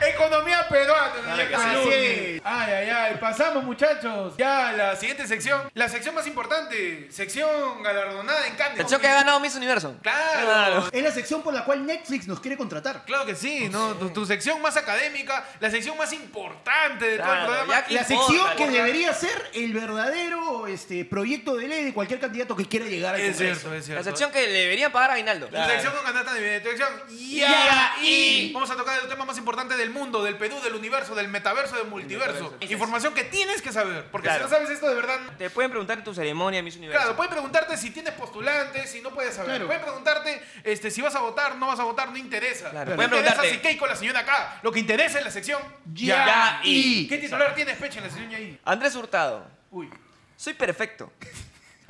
[SPEAKER 1] economía peruana. ¿no?
[SPEAKER 3] Claro que
[SPEAKER 1] Así
[SPEAKER 5] Así
[SPEAKER 1] es.
[SPEAKER 5] es. Ay, ay, ay. Pasamos, muchachos.
[SPEAKER 1] Ya, la siguiente sección. La sección más importante. Sección galardonada en Cannes.
[SPEAKER 3] Pensó que ha ganado Miss Universo.
[SPEAKER 1] Claro.
[SPEAKER 2] Es la sección por la cual Netflix nos quiere contratar.
[SPEAKER 1] Claro que sí, ¿no? Tu, tu sección más académica, la sección más importante de todo el
[SPEAKER 3] Claro,
[SPEAKER 1] programa.
[SPEAKER 3] ya que-
[SPEAKER 2] La
[SPEAKER 3] Importa,
[SPEAKER 2] sección que
[SPEAKER 3] ¿no?
[SPEAKER 2] debería ser el verdadero este, proyecto de ley de cualquier candidato que quiera llegar al
[SPEAKER 1] Es
[SPEAKER 2] Congreso.
[SPEAKER 1] cierto, es cierto.
[SPEAKER 3] La sección que le deberían pagar a aguinaldo.
[SPEAKER 1] Tu sección con cantata de tu sección.
[SPEAKER 2] Ya,
[SPEAKER 1] Ya,
[SPEAKER 2] y-
[SPEAKER 1] y. Vamos a tocar el tema más importante del mundo, del Perú, del universo, del metaverso, del multiverso.
[SPEAKER 3] Multiverso.
[SPEAKER 1] Información que tienes que saber. Porque
[SPEAKER 3] Claro.
[SPEAKER 1] si no sabes esto de verdad,
[SPEAKER 3] Te pueden preguntar en tu ceremonia Miss Universo.
[SPEAKER 1] Claro, pueden preguntarte si tienes postulantes, si no puedes saber.
[SPEAKER 2] Claro.
[SPEAKER 1] Pueden preguntarte este, si vas a votar, no vas a votar, no interesa.
[SPEAKER 3] Claro.
[SPEAKER 1] No
[SPEAKER 3] Pueden
[SPEAKER 1] interesa
[SPEAKER 3] preguntarte.
[SPEAKER 1] si Keiko la señora acá. Lo que interesa es la sección.
[SPEAKER 3] Ya, y.
[SPEAKER 1] ¿Qué titular tienes, Peche, en la sección ya ahí?
[SPEAKER 3] Andrés Hurtado.
[SPEAKER 1] Uy.
[SPEAKER 3] Soy perfecto.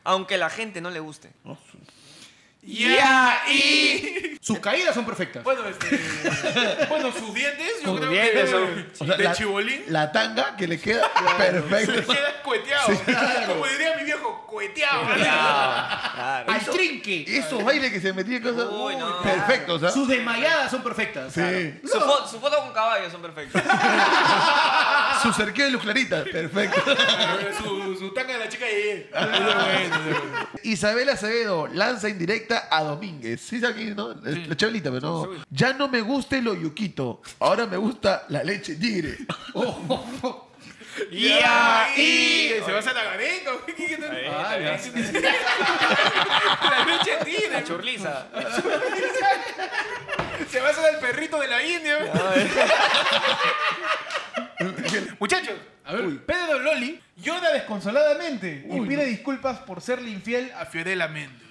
[SPEAKER 3] Aunque la gente no le guste.
[SPEAKER 1] Ya y.
[SPEAKER 2] Sus caídas son perfectas.
[SPEAKER 1] Bueno, este. bueno, sus dientes, yo
[SPEAKER 3] Sus
[SPEAKER 1] creo
[SPEAKER 3] dientes
[SPEAKER 1] que.
[SPEAKER 3] son-
[SPEAKER 4] O sea,
[SPEAKER 1] de
[SPEAKER 4] la,
[SPEAKER 1] chibolín.
[SPEAKER 4] la tanga que le queda perfecto.
[SPEAKER 1] Queda coeteado. Como diría mi viejo, coeteado.
[SPEAKER 3] Claro.
[SPEAKER 2] al trinque.
[SPEAKER 4] Esos bailes que se metían cosas.
[SPEAKER 3] Uy, no.
[SPEAKER 4] Perfecto, o sea.
[SPEAKER 2] Sus desmayadas son perfectas.
[SPEAKER 4] Sí.
[SPEAKER 3] Su, fo- su foto con caballos son perfectos.
[SPEAKER 4] Ah. Su cerquillo de luz clarita. Perfecto.
[SPEAKER 1] su, su tanga de la chica Yeye. Muy bueno, muy bueno.
[SPEAKER 4] Isabel Acevedo lanza indirecta a Domínguez. Sí, aquí, ¿no? La- La chavalita, pero no. Ya no me gusta el oyuquito. Ahora me gusta la leche tigre.
[SPEAKER 1] Y ahí se va a Sanagarenco. ¿Qué- qué- qué-
[SPEAKER 5] Ah,
[SPEAKER 3] Ay,
[SPEAKER 1] La leche tiene. La leche tiene.
[SPEAKER 3] La churliza.
[SPEAKER 1] Se va a hacer el perrito de la India. Muchachos,
[SPEAKER 5] A ver, Pedro Loli llora desconsoladamente y pide disculpas por serle infiel a
[SPEAKER 1] a Fiorella Méndez.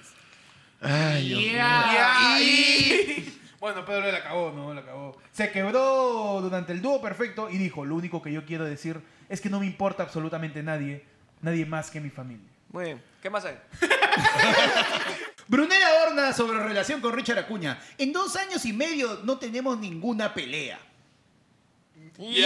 [SPEAKER 4] Ay, Dios mío.
[SPEAKER 1] ahí.
[SPEAKER 5] Bueno, Pedro la acabó, ¿no? La acabó. Se quebró durante el dúo perfecto y dijo, lo único que yo quiero decir es que no me importa absolutamente nadie, nadie más que mi familia.
[SPEAKER 3] Muy bien. ¿Qué más hay?
[SPEAKER 2] Brunella Horna sobre relación con Richard Acuña. En dos años y medio no tenemos ninguna pelea.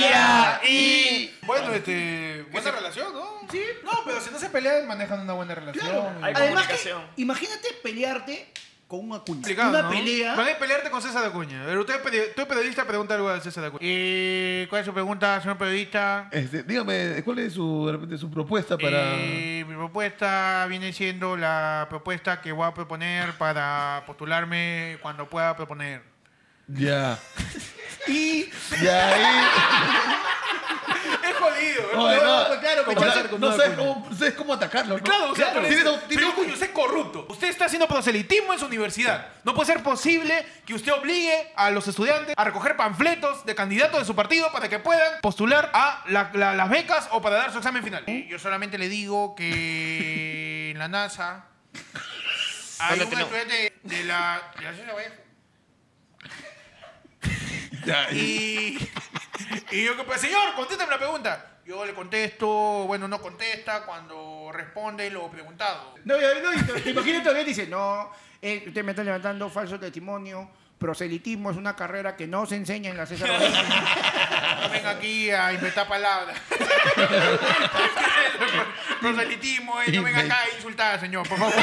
[SPEAKER 1] ahí. Bueno, este. Buena relación, ¿no?
[SPEAKER 5] Sí, no, pero si no se pelean, manejan una buena relación.
[SPEAKER 3] Hay
[SPEAKER 2] Además, que,
[SPEAKER 3] comunicación.
[SPEAKER 2] imagínate pelearte con un Acuña.
[SPEAKER 1] Complicado,
[SPEAKER 2] una
[SPEAKER 1] ¿no?
[SPEAKER 2] pelea.
[SPEAKER 1] Van a pelearte con César Acuña. Pero usted, es pedi- tú es periodista, pregunta algo a César Acuña. Eh, ¿Cuál es su pregunta, señor periodista?
[SPEAKER 4] Este, dígame, ¿cuál es su, de repente, su propuesta para...?
[SPEAKER 1] Eh, mi propuesta viene siendo la propuesta que voy a proponer para postularme cuando pueda proponer.
[SPEAKER 4] Ya.
[SPEAKER 2] Y
[SPEAKER 4] Y ahí...
[SPEAKER 1] Es jodido.
[SPEAKER 4] Oye,
[SPEAKER 2] no, pues claro,
[SPEAKER 4] como
[SPEAKER 2] pechar
[SPEAKER 4] la-
[SPEAKER 2] con
[SPEAKER 4] no
[SPEAKER 2] una
[SPEAKER 4] sabes
[SPEAKER 2] cuña.
[SPEAKER 4] cómo, sabes cómo atacarlo, ¿no?
[SPEAKER 1] Claro, o sea,
[SPEAKER 4] Claro.
[SPEAKER 1] por
[SPEAKER 4] Tiene
[SPEAKER 1] eso.
[SPEAKER 4] dos- tiene
[SPEAKER 1] Señor
[SPEAKER 4] dos-
[SPEAKER 1] Cuño, usted es corrupto. Usted está haciendo proselitismo en su universidad. No puede ser posible que usted obligue a los estudiantes a recoger panfletos de candidatos de su partido para que puedan postular a la- la- las becas o para dar su examen final. Y Yo solamente le digo que en la NASA hay un estudiante de la... de la Ciencia Vallejo.
[SPEAKER 4] Ya, y-
[SPEAKER 1] Y, y yo que pues, señor, contéstame la pregunta. Yo le contesto, bueno, no contesta cuando responde lo preguntado.
[SPEAKER 2] No, y- no, y te- te imagino todavía dice, no, eh, usted me está levantando falso testimonio, proselitismo es una carrera que no se enseña en la César Vallejo".
[SPEAKER 1] No venga aquí a inventar palabras. Proselitismo, eh, no venga acá a insultar, señor, por favor.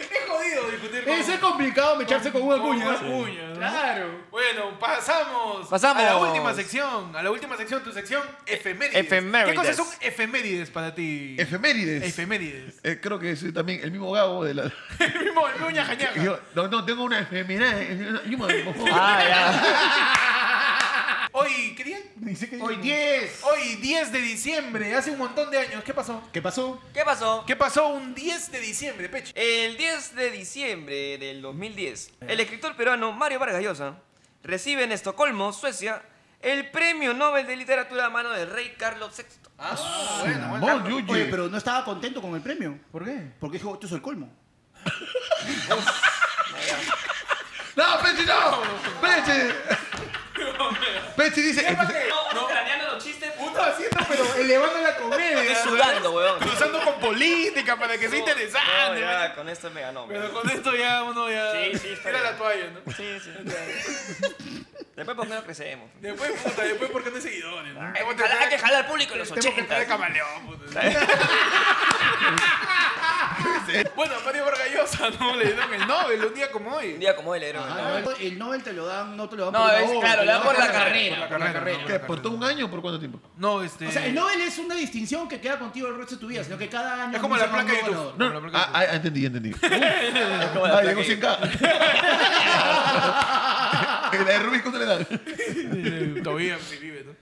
[SPEAKER 1] es jodido discutir con...
[SPEAKER 2] Debe ser complicado mecharse con una
[SPEAKER 1] con
[SPEAKER 2] Acuña.
[SPEAKER 1] Acuña, ¿no?
[SPEAKER 2] Claro.
[SPEAKER 1] Bueno, pasamos,
[SPEAKER 3] Pasamos. E-
[SPEAKER 1] a la última sección, a la última sección, tu sección, efemérides.
[SPEAKER 3] Efemérides.
[SPEAKER 1] ¿Qué cosas son efemérides para ti?
[SPEAKER 4] Efemérides.
[SPEAKER 1] efemérides.
[SPEAKER 4] Eh, creo que es también el mismo Gabo de la...
[SPEAKER 1] el mismo, el mismo ñaja ñaja.
[SPEAKER 4] Yo- no, no, tengo una efeméride. Yo me-
[SPEAKER 3] Ah,
[SPEAKER 1] Hoy, ¿qué día?
[SPEAKER 5] Dice que-
[SPEAKER 2] Hoy 10.
[SPEAKER 1] Hoy 10 de diciembre, hace un montón de años. ¿Qué pasó?
[SPEAKER 2] ¿Qué pasó?
[SPEAKER 3] ya. ¿Qué pasó?
[SPEAKER 1] ¿Qué pasó un 10 de diciembre, Peche?
[SPEAKER 3] El 10 de diciembre del 2010, el escritor peruano Mario Vargas Llosa recibe en Estocolmo, Suecia, el Premio Nobel de Literatura a mano del rey Carlos VI.
[SPEAKER 4] Ah,
[SPEAKER 1] bueno, bueno,
[SPEAKER 4] Mon,
[SPEAKER 1] Carlos.
[SPEAKER 4] Yuye.
[SPEAKER 2] Oye, pero no estaba contento con el premio.
[SPEAKER 5] ¿Por qué?
[SPEAKER 2] Porque dijo, esto es el colmo.
[SPEAKER 4] ¡No, Pechi, no! ¡Pechi! Pechi dice...
[SPEAKER 3] No, craneando los chistes,
[SPEAKER 1] Uno haciendo, pero elevando la comedia.
[SPEAKER 3] sudando, weón.
[SPEAKER 1] Cruzando con política para que sea interesante.
[SPEAKER 3] No,
[SPEAKER 1] man.
[SPEAKER 3] ya, con esto me ganó.
[SPEAKER 1] Pero
[SPEAKER 3] weón.
[SPEAKER 1] con esto ya uno ya
[SPEAKER 3] Sí, sí, está
[SPEAKER 1] tira
[SPEAKER 3] bien.
[SPEAKER 1] la toalla, ¿no?
[SPEAKER 3] Sí, sí. Después, ¿por qué no crecemos?
[SPEAKER 1] Después, puta, después porque no hay seguidores, ¿no?
[SPEAKER 3] Hay que jalar- hay que jalar al público en los
[SPEAKER 1] Tengo que entrar de
[SPEAKER 3] 80.
[SPEAKER 1] camaleón, puta. Bueno, a Mario Vargas Llosa, ¿no? Le dieron el Nobel un día como
[SPEAKER 3] Un
[SPEAKER 1] hoy.
[SPEAKER 3] día como él era. weón.
[SPEAKER 2] Ah, El Nobel te lo dan, no te lo dan
[SPEAKER 3] No,
[SPEAKER 2] por la
[SPEAKER 3] es-
[SPEAKER 2] obra,
[SPEAKER 3] claro,
[SPEAKER 2] te
[SPEAKER 3] le dan por la
[SPEAKER 2] por
[SPEAKER 3] carrera,
[SPEAKER 2] la carrera.
[SPEAKER 4] ¿Qué? ¿Por todo un año o por cuánto tiempo?
[SPEAKER 1] No, este.
[SPEAKER 2] O sea, el Nobel es una distinción que queda contigo el resto de tu vida, sino que cada año...
[SPEAKER 1] Es como la
[SPEAKER 2] anuncian un
[SPEAKER 1] placa de
[SPEAKER 2] nuevo
[SPEAKER 1] YouTube.
[SPEAKER 2] ganador.
[SPEAKER 4] No,
[SPEAKER 1] Por la-
[SPEAKER 4] ah, ah, entendí, entendí. Ah, llegó 100k. La de Rubik, ¿cuánto le dan?
[SPEAKER 1] eh, Todavía sí vive, ¿no?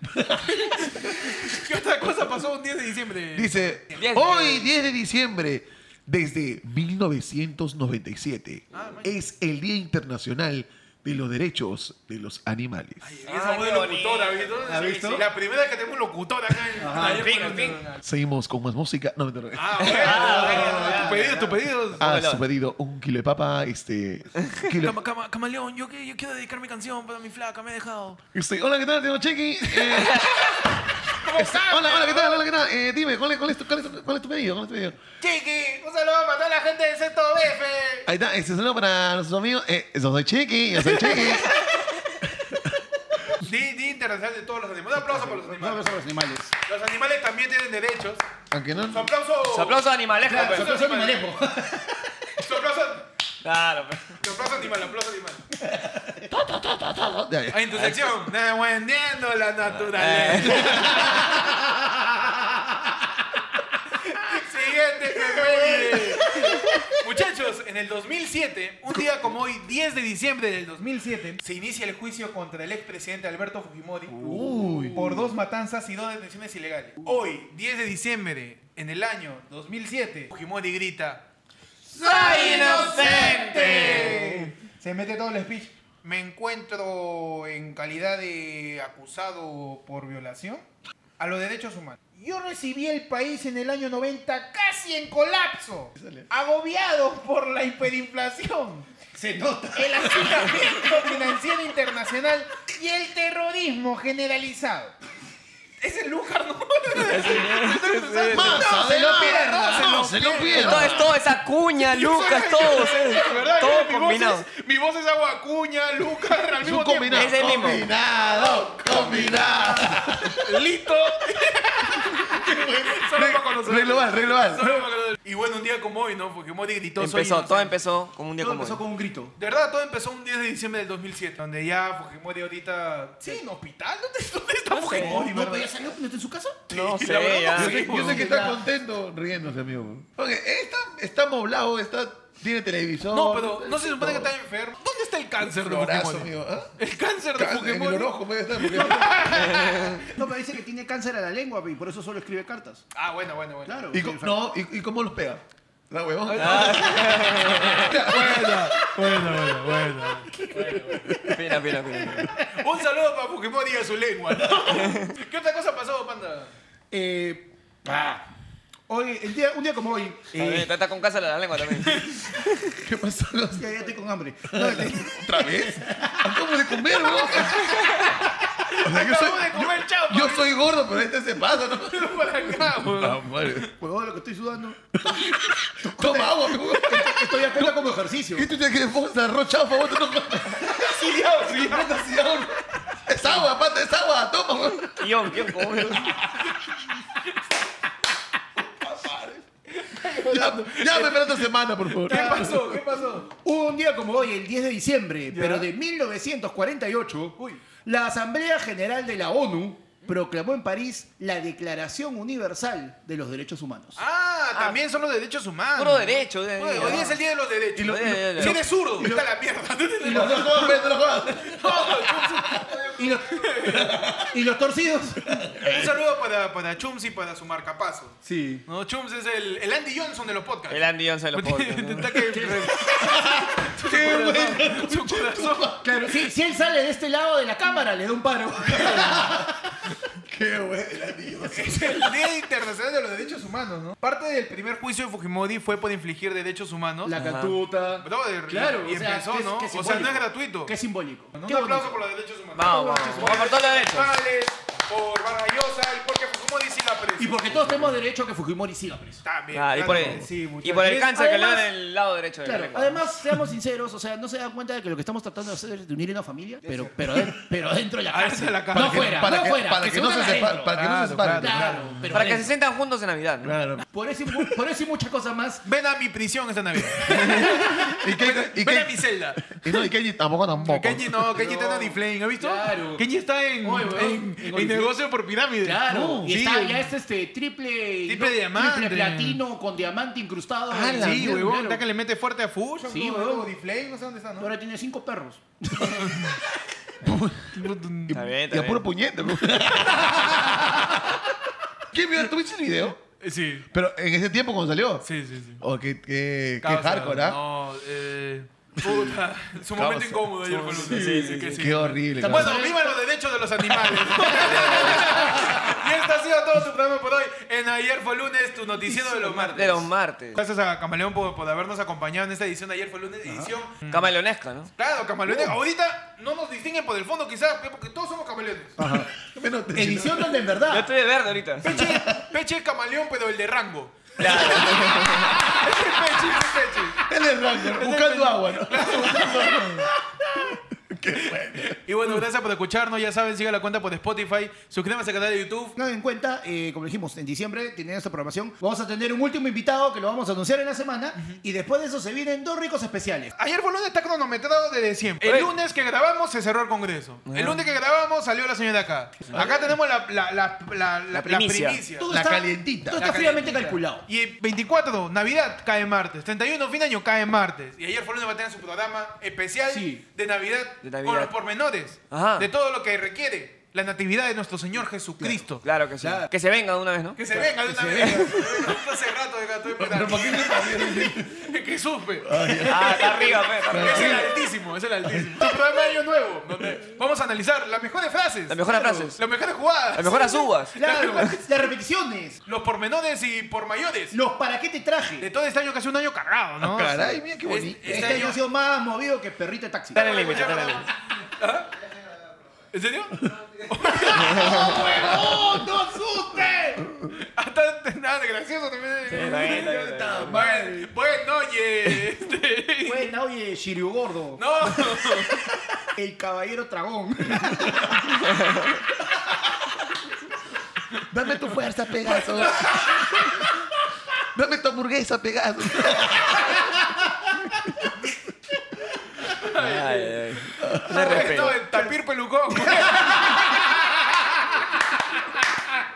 [SPEAKER 1] ¿Qué otra cosa pasó un 10 de diciembre?
[SPEAKER 4] Dice,
[SPEAKER 3] 10 de-
[SPEAKER 4] hoy 10 de diciembre, desde 1997,
[SPEAKER 2] Ah,
[SPEAKER 4] es el Día Internacional de los Derechos de los Animales.
[SPEAKER 1] Esa
[SPEAKER 3] Ah,
[SPEAKER 1] voz de
[SPEAKER 3] qué bonito.
[SPEAKER 1] locutora, ¿viste?
[SPEAKER 2] ¿La
[SPEAKER 1] Sí,
[SPEAKER 2] visto?
[SPEAKER 1] sí, La primera vez que tenemos locutora acá en
[SPEAKER 3] Al
[SPEAKER 1] taller
[SPEAKER 3] fin,
[SPEAKER 1] por
[SPEAKER 3] al
[SPEAKER 1] la-
[SPEAKER 3] fin.
[SPEAKER 4] Seguimos con más música. No, me interrumpe.
[SPEAKER 1] Ah, bueno,
[SPEAKER 3] Ah,
[SPEAKER 1] tu pedido, tu pedido.
[SPEAKER 4] Ah, su pedido, un kilo de papa, este... kilo-
[SPEAKER 1] Cama- cama- camaleón, yo, que- yo quiero dedicar mi canción para mi flaca, me he dejado.
[SPEAKER 4] este, hola, ¿qué tal? Tengo Chequi. Eh, este, hola, hola, ¿qué tal? Hola, ¿qué tal? Eh, dime, ¿cuál es, cuál es tu, cuál es tu- cuál es tu pedido? ¿Cuál es tu pedido?
[SPEAKER 1] Chiqui, un saludo para toda la gente del sexto BF.
[SPEAKER 4] Ahí está, este saludo para nuestros amigos. Eh, yo soy Chequi, yo soy Chequi.
[SPEAKER 1] Día Día internacional de todos los animales. Un aplauso para los
[SPEAKER 2] Un abrazo
[SPEAKER 1] animales.
[SPEAKER 2] a los animales.
[SPEAKER 1] Los animales también tienen derechos.
[SPEAKER 4] Aunque no...
[SPEAKER 1] Su aplauso.
[SPEAKER 3] Su aplauso animalejo,
[SPEAKER 2] Claro,
[SPEAKER 3] pues.
[SPEAKER 2] nosotros somos animalejos.
[SPEAKER 1] Su aplauso.
[SPEAKER 3] Claro, pues.
[SPEAKER 1] Su aplauso animal, aplauso animal.
[SPEAKER 4] ¡Todo Ya, ya.
[SPEAKER 1] En tu sección, Eh. devolviendo la naturaleza. Siguiente efeméride. Muchachos, en el 2007, un día como hoy, 10 de diciembre del 2000,
[SPEAKER 5] 2007
[SPEAKER 1] se inicia el juicio contra el expresidente Alberto Fujimori
[SPEAKER 4] Uy.
[SPEAKER 1] por dos matanzas y dos detenciones ilegales. Hoy, 10 de diciembre, en el año 2007, Fujimori grita,
[SPEAKER 5] ¡Soy
[SPEAKER 1] inocente!
[SPEAKER 5] Se mete todo el speech.
[SPEAKER 1] Me encuentro en calidad de acusado por violación a los derechos humanos.
[SPEAKER 5] Yo recibí el país en el año 90 casi en colapso, agobiado por la hiperinflación,
[SPEAKER 2] Se nota.
[SPEAKER 5] el hacinamiento financiero internacional y el terrorismo generalizado.
[SPEAKER 1] Es el Lúcar, ¿no?
[SPEAKER 4] Más
[SPEAKER 5] No, se lo
[SPEAKER 4] adelante.
[SPEAKER 5] pierda, se
[SPEAKER 4] No,
[SPEAKER 5] lo
[SPEAKER 4] se lo
[SPEAKER 3] Todo
[SPEAKER 4] pierda.
[SPEAKER 3] es toda esa cuña, Lucas, todo.
[SPEAKER 1] De verdad, mi
[SPEAKER 3] Todo
[SPEAKER 1] voz
[SPEAKER 3] combinado.
[SPEAKER 1] es- Mi voz es agua cuña, Lúcar, al
[SPEAKER 4] Es un
[SPEAKER 1] mismo tiempo.
[SPEAKER 4] combinado.
[SPEAKER 3] Es el mismo.
[SPEAKER 4] Combinado, combinado.
[SPEAKER 1] Lito. Solo para conocer.
[SPEAKER 4] Regloval, regloval.
[SPEAKER 1] Solo para conocer. Y bueno, un día como hoy, ¿no? Fujimori gritó "Soy
[SPEAKER 3] Empezó, todo
[SPEAKER 1] inocente".
[SPEAKER 3] empezó como un día
[SPEAKER 2] Todo
[SPEAKER 3] como
[SPEAKER 2] empezó
[SPEAKER 3] hoy.
[SPEAKER 2] con un grito.
[SPEAKER 1] De verdad, todo empezó un 10 de diciembre del 2007, donde ya Fujimori ahorita... Sí, en hospital. ¿Dónde, dónde está Fujimori?
[SPEAKER 2] Oh, No, pero ya salió, pues, no está en su casa.
[SPEAKER 3] No
[SPEAKER 1] Sí, la verdad,
[SPEAKER 3] sé, ya.
[SPEAKER 1] no
[SPEAKER 4] Yo sé, yo sé que
[SPEAKER 5] Ya.
[SPEAKER 4] está contento riéndose, amigo. Porque está, está moblado, está, tiene televisor.
[SPEAKER 1] No, pero no se
[SPEAKER 4] todo.
[SPEAKER 1] supone que está enfermo. ¿Dónde está el cáncer de
[SPEAKER 4] Florazo,
[SPEAKER 1] Fujimori?
[SPEAKER 4] amigo. ¿Ah?
[SPEAKER 1] El cáncer de
[SPEAKER 4] Cáncer En el
[SPEAKER 1] Fujimori.
[SPEAKER 4] orojo puede estar. Porque...
[SPEAKER 2] No, pero dice que tiene cáncer a la lengua y por eso solo escribe cartas.
[SPEAKER 1] Ah, bueno, bueno, bueno.
[SPEAKER 2] Claro.
[SPEAKER 4] ¿Y
[SPEAKER 2] sí,
[SPEAKER 4] cómo,
[SPEAKER 2] o sea,
[SPEAKER 4] no, ¿y, y cómo los pega? Ah. La huevón.
[SPEAKER 5] Bueno, bueno, bueno.
[SPEAKER 3] Espera, espera, espera.
[SPEAKER 1] Un saludo para Fujimori y a su lengua. ¿no? ¿Qué otra cosa pasó, panda?
[SPEAKER 2] eh, ah, hoy, el día, un día como hoy. eh,
[SPEAKER 3] Está con casa la lengua también.
[SPEAKER 4] ¿Qué pasó?
[SPEAKER 2] ya, ya estoy con hambre. No, este-
[SPEAKER 4] ¿Otra vez? Acabo de comer, huevón. O sea, yo
[SPEAKER 1] Acabo
[SPEAKER 4] soy,
[SPEAKER 1] de comer
[SPEAKER 4] yo,
[SPEAKER 1] chapa.
[SPEAKER 4] yo soy gordo, pero este se pasa, ¿no?
[SPEAKER 1] Para acá, weón.
[SPEAKER 4] Ah, madre.
[SPEAKER 2] Huevón, Pues, lo que estoy sudando.
[SPEAKER 4] Toma agua, huevón.
[SPEAKER 2] Estoy acá como ejercicio.
[SPEAKER 4] ¿Y tú tienes que vos arroz chafa? Vos te no
[SPEAKER 1] Sí, ya, sí.
[SPEAKER 4] Sí, pata, sí, ahora. Es agua, pata, es agua. Toma, huevón.
[SPEAKER 3] Guión, guión, como
[SPEAKER 4] Ya- Llame para otra semana, por favor.
[SPEAKER 1] ¿Qué pasó? ¿Qué pasó?
[SPEAKER 2] Hubo un día como hoy, el 10 de diciembre, pero de 1948, la Asamblea General de la ONU proclamó en París la Declaración Universal de los Derechos Humanos.
[SPEAKER 1] Ah, eh. también son los derechos humanos.
[SPEAKER 3] Puro derecho. de-
[SPEAKER 1] Oye, Hoy es el día de los derechos.
[SPEAKER 3] lo- y lo-
[SPEAKER 1] si eres zurdo, está la mierda.
[SPEAKER 4] No, no jodas, Pedro, no jodas.
[SPEAKER 2] Y los, y los torcidos.
[SPEAKER 1] Un saludo para, para Chums y para su marcapaso.
[SPEAKER 2] Sí.
[SPEAKER 1] No, Chums es el, el Andy Johnson de los podcasts.
[SPEAKER 3] El Andy Johnson de los podcasts, ¿no?
[SPEAKER 1] Está que- Su corazón.
[SPEAKER 2] Claro, sí, si él sale de este lado de la cámara, le da un paro.
[SPEAKER 4] Qué buena, tío.
[SPEAKER 1] Es el Día Internacional de los Derechos Humanos, ¿no? Parte del primer juicio de Fujimori fue por infligir derechos humanos.
[SPEAKER 2] La catuta.
[SPEAKER 1] Brother,
[SPEAKER 2] Claro,
[SPEAKER 1] y
[SPEAKER 2] o sea,
[SPEAKER 1] empezó,
[SPEAKER 2] que es-
[SPEAKER 1] ¿no?
[SPEAKER 2] que es
[SPEAKER 1] o sea, no es
[SPEAKER 2] simbólico.
[SPEAKER 1] gratuito.
[SPEAKER 2] Qué simbólico.
[SPEAKER 1] Un
[SPEAKER 2] Qué bonito.
[SPEAKER 1] aplauso por los derechos humanos.
[SPEAKER 3] Vamos, vamos. Vamos por todos los derechos.
[SPEAKER 1] Morales, por Vargallosa y porque Fujimori sí la presa.
[SPEAKER 2] Y porque todos tenemos derecho a que Fujimori siga preso.
[SPEAKER 1] También.
[SPEAKER 3] Ah, y por
[SPEAKER 1] claro.
[SPEAKER 3] el,
[SPEAKER 1] Sí, muchachos.
[SPEAKER 3] y por el
[SPEAKER 1] es-
[SPEAKER 3] cáncer que le dan
[SPEAKER 2] además-
[SPEAKER 3] en el lado derecho del
[SPEAKER 2] Claro,
[SPEAKER 3] recto.
[SPEAKER 2] además, seamos sinceros, o sea, no se dan cuenta de que lo que estamos tratando de hacer es de unir una familia, pero, pero, de- pero dentro de la
[SPEAKER 1] Adentro
[SPEAKER 2] cárcel.
[SPEAKER 1] de la cárcel.
[SPEAKER 2] No fuera,
[SPEAKER 4] Para
[SPEAKER 2] no
[SPEAKER 4] que-
[SPEAKER 2] fuera.
[SPEAKER 4] para que no se
[SPEAKER 2] unan
[SPEAKER 4] sepa-
[SPEAKER 2] adentro.
[SPEAKER 4] para que no se separen.
[SPEAKER 2] Claro, pero
[SPEAKER 3] Para
[SPEAKER 1] eh,
[SPEAKER 3] que se
[SPEAKER 2] adentro.
[SPEAKER 3] sientan juntos en Navidad. ¿no?
[SPEAKER 4] Claro.
[SPEAKER 2] Por eso, y mu- por eso y muchas cosas más.
[SPEAKER 1] Ven a mi prisión esta Navidad.
[SPEAKER 4] ¿Y qué? ¿Y
[SPEAKER 1] Ven a mi
[SPEAKER 4] qué?
[SPEAKER 1] celda.
[SPEAKER 4] Y no, y Kenji tampoco tampoco.
[SPEAKER 1] Kenji no, Kenji está en Oriflame, ¿has visto?
[SPEAKER 2] Claro.
[SPEAKER 1] Kenji está en,
[SPEAKER 2] Oye, weón,
[SPEAKER 1] en,
[SPEAKER 2] en
[SPEAKER 1] en
[SPEAKER 2] Oriflame.
[SPEAKER 1] negocio por pirámide.
[SPEAKER 2] Claro,
[SPEAKER 1] No,
[SPEAKER 2] y
[SPEAKER 1] sí,
[SPEAKER 2] está,
[SPEAKER 1] weón.
[SPEAKER 2] ya es este triple,
[SPEAKER 1] Triple
[SPEAKER 2] triple
[SPEAKER 1] diamante.
[SPEAKER 2] platino con diamante incrustado.
[SPEAKER 1] Ah,
[SPEAKER 2] en-
[SPEAKER 1] la sí,
[SPEAKER 2] claro.
[SPEAKER 1] huevón, está que le mete fuerte a Fush.
[SPEAKER 2] Sí,
[SPEAKER 1] no,
[SPEAKER 2] huevón.
[SPEAKER 1] Oriflame, no sé dónde está, ¿no?
[SPEAKER 2] Ahora tiene cinco perros.
[SPEAKER 4] Y,
[SPEAKER 3] Está bien, está
[SPEAKER 4] y a
[SPEAKER 3] bien.
[SPEAKER 4] puro puñete. bro. ¿Qué vio? ¿Tú viste el video?
[SPEAKER 1] Eh, Sí,
[SPEAKER 4] Pero en ese tiempo cuando salió.
[SPEAKER 1] sí, sí. sí.
[SPEAKER 4] Oh, qué, qué, qué
[SPEAKER 1] Causa,
[SPEAKER 4] hardcore, ¿ah?
[SPEAKER 1] No, eh... Puta, su
[SPEAKER 4] Causa.
[SPEAKER 1] momento incómodo ayer fue el lunes. Sí, sí, que sí.
[SPEAKER 4] Qué horrible.
[SPEAKER 2] Está
[SPEAKER 4] cabrón.
[SPEAKER 1] Bueno, vivan los derechos de los animales. y esto ha sido todo su programa por hoy. En ayer fue lunes, tu noticiero de los martes.
[SPEAKER 3] De los martes.
[SPEAKER 1] Gracias a Camaleón por, por habernos acompañado en esta edición de ayer fue lunes, edición.
[SPEAKER 3] Camaleonesca, ¿no?
[SPEAKER 1] Claro,
[SPEAKER 5] Uh.
[SPEAKER 1] camaleones. Ahorita no nos distinguen por el fondo, quizás, pe- porque todos somos camaleones.
[SPEAKER 5] Ah.
[SPEAKER 4] Ajá. Menos te-
[SPEAKER 2] Edición donde en
[SPEAKER 3] Yo
[SPEAKER 2] verdad.
[SPEAKER 3] estoy de verde ahorita.
[SPEAKER 1] Peche, Peche es camaleón, pero el de rango.
[SPEAKER 3] Claro.
[SPEAKER 1] Ese es Peche, ese es Peche.
[SPEAKER 4] Él es rango, buscando agua, ¿no?
[SPEAKER 1] Y bueno, gracias por escucharnos. Ya saben, sigan la cuenta por Spotify. Suscríbanse al canal de YouTube.
[SPEAKER 2] Tengan en cuenta, eh, como dijimos, en diciembre tienen esta programación. Vamos a tener un último invitado que lo vamos a anunciar en la semana. Y después de eso se vienen dos ricos especiales.
[SPEAKER 5] Ayer fue el lunes, está cronometrado desde siempre. El
[SPEAKER 3] Oye.
[SPEAKER 5] lunes que grabamos se cerró el Congreso.
[SPEAKER 1] Ah.
[SPEAKER 5] El lunes que grabamos salió la señora acá. Acá tenemos la, la, la, la, la- la
[SPEAKER 3] primicia.
[SPEAKER 5] primicia.
[SPEAKER 2] Todo
[SPEAKER 4] La
[SPEAKER 2] está,
[SPEAKER 4] calientita.
[SPEAKER 2] Todo
[SPEAKER 5] La
[SPEAKER 2] está fríamente
[SPEAKER 5] calientita.
[SPEAKER 2] calculado.
[SPEAKER 5] Y el 24, Navidad cae martes. 31, fin de año cae martes.
[SPEAKER 1] Y ayer fue lunes va a tener su programa especial
[SPEAKER 2] Sí.
[SPEAKER 1] de, Navidad,
[SPEAKER 3] De Navidad.
[SPEAKER 1] con los pormenores
[SPEAKER 3] Ajá.
[SPEAKER 1] de todo lo que requiere la natividad de nuestro Señor Jesucristo.
[SPEAKER 3] Claro que sí.
[SPEAKER 2] Claro.
[SPEAKER 3] Que se venga de una vez, ¿no?
[SPEAKER 1] Que se venga de una vez. Hace rato de gato
[SPEAKER 4] Pero ¿por qué no
[SPEAKER 1] Que supe.
[SPEAKER 3] Ah, está arriba, pe, está arriba.
[SPEAKER 1] Es el altísimo, es el altísimo. Tu programa de año nuevo, donde vamos a analizar las mejores frases.
[SPEAKER 3] Las mejores frases.
[SPEAKER 1] Las mejores jugadas.
[SPEAKER 3] Las mejores uvas.
[SPEAKER 2] Claro, las repeticiones.
[SPEAKER 1] Los pormenores y por mayores.
[SPEAKER 2] Los para qué te
[SPEAKER 1] De
[SPEAKER 2] traje.
[SPEAKER 1] todo este año que ha sido un año cargado, ¿no?
[SPEAKER 4] Ah, Caray, mira qué bonito.
[SPEAKER 1] Es-
[SPEAKER 2] Este año ha sido más movido que perrita de taxi.
[SPEAKER 3] Dale el límite, dale el límite.
[SPEAKER 1] ¿Ah? ¿En serio?
[SPEAKER 2] ¡Oh, no asustes!
[SPEAKER 1] Hasta Ah, nada de gracioso también.
[SPEAKER 3] está bien, está bien, está bien.
[SPEAKER 1] Bueno, bueno, oye. este,
[SPEAKER 2] Bueno, oye, Shiryu Gordo,
[SPEAKER 1] No.
[SPEAKER 2] el caballero tragón.
[SPEAKER 4] Dame tu fuerza, Pegaso. Dame tu hamburguesa, Pegaso.
[SPEAKER 3] Ay, ay, ay. No hay
[SPEAKER 1] Esto
[SPEAKER 3] respeto.
[SPEAKER 1] el tapir pelucón.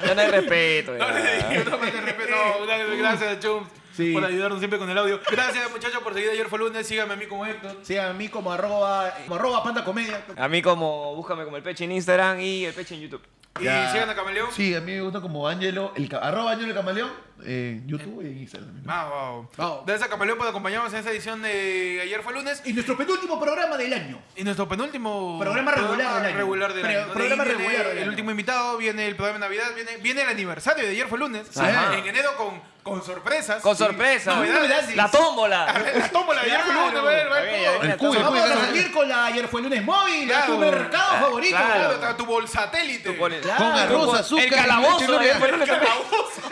[SPEAKER 3] Ya no hay respeto.
[SPEAKER 1] No le
[SPEAKER 3] ya.
[SPEAKER 1] dije, no, te respeto. No, dale, Gracias, Chum.
[SPEAKER 2] Sí.
[SPEAKER 1] Por ayudarnos siempre con el audio. Gracias, muchachos, por seguir ayer fue lunes. Síganme a mí como Héctor.
[SPEAKER 2] Sigan a mí como arroba, como arroba panda comedia.
[SPEAKER 3] A mí como, búscame como el peche en Instagram y el peche en YouTube.
[SPEAKER 1] Y
[SPEAKER 4] Ya.
[SPEAKER 1] sigan a Camaleón.
[SPEAKER 4] Sí, a mí me gusta como Ángelo, el, ca- arroba Ángelo el Camaleón, eh, en YouTube y en Instagram.
[SPEAKER 1] Vamos, vamos.
[SPEAKER 2] Vamos.
[SPEAKER 1] Gracias a Camaleón por acompañarnos en esta edición de ayer fue lunes.
[SPEAKER 2] Y nuestro penúltimo programa del año.
[SPEAKER 1] Y nuestro penúltimo
[SPEAKER 2] Programa regular del año.
[SPEAKER 1] regular del
[SPEAKER 2] Pre-
[SPEAKER 1] año, ¿no? De
[SPEAKER 2] programa
[SPEAKER 1] ahí viene
[SPEAKER 2] regular del
[SPEAKER 1] el
[SPEAKER 2] año.
[SPEAKER 1] último invitado, viene el programa de Navidad, viene, viene el aniversario de ayer fue lunes.
[SPEAKER 4] Ajá.
[SPEAKER 1] En enero con, con sorpresas.
[SPEAKER 3] Con
[SPEAKER 1] Sí.
[SPEAKER 3] sorpresa.
[SPEAKER 1] Novedades.
[SPEAKER 3] La tómbola.
[SPEAKER 1] La tómbola de ayer fue lunes, va a ver, va a ver todo.
[SPEAKER 4] El
[SPEAKER 3] Mira,
[SPEAKER 4] cuyo, el
[SPEAKER 2] Vamos
[SPEAKER 4] cuyo,
[SPEAKER 2] a
[SPEAKER 4] Pegaso.
[SPEAKER 2] salir con la ayer fue lunes móvil, a
[SPEAKER 1] Claro.
[SPEAKER 2] tu mercado favorito.
[SPEAKER 1] Claro,
[SPEAKER 3] Claro.
[SPEAKER 1] a tu bolsatélite.
[SPEAKER 3] Con
[SPEAKER 4] Con arroz, azúcar.
[SPEAKER 3] el calabozo.
[SPEAKER 4] leche,
[SPEAKER 3] ahí,
[SPEAKER 4] no
[SPEAKER 3] por
[SPEAKER 4] le-
[SPEAKER 3] ahí le-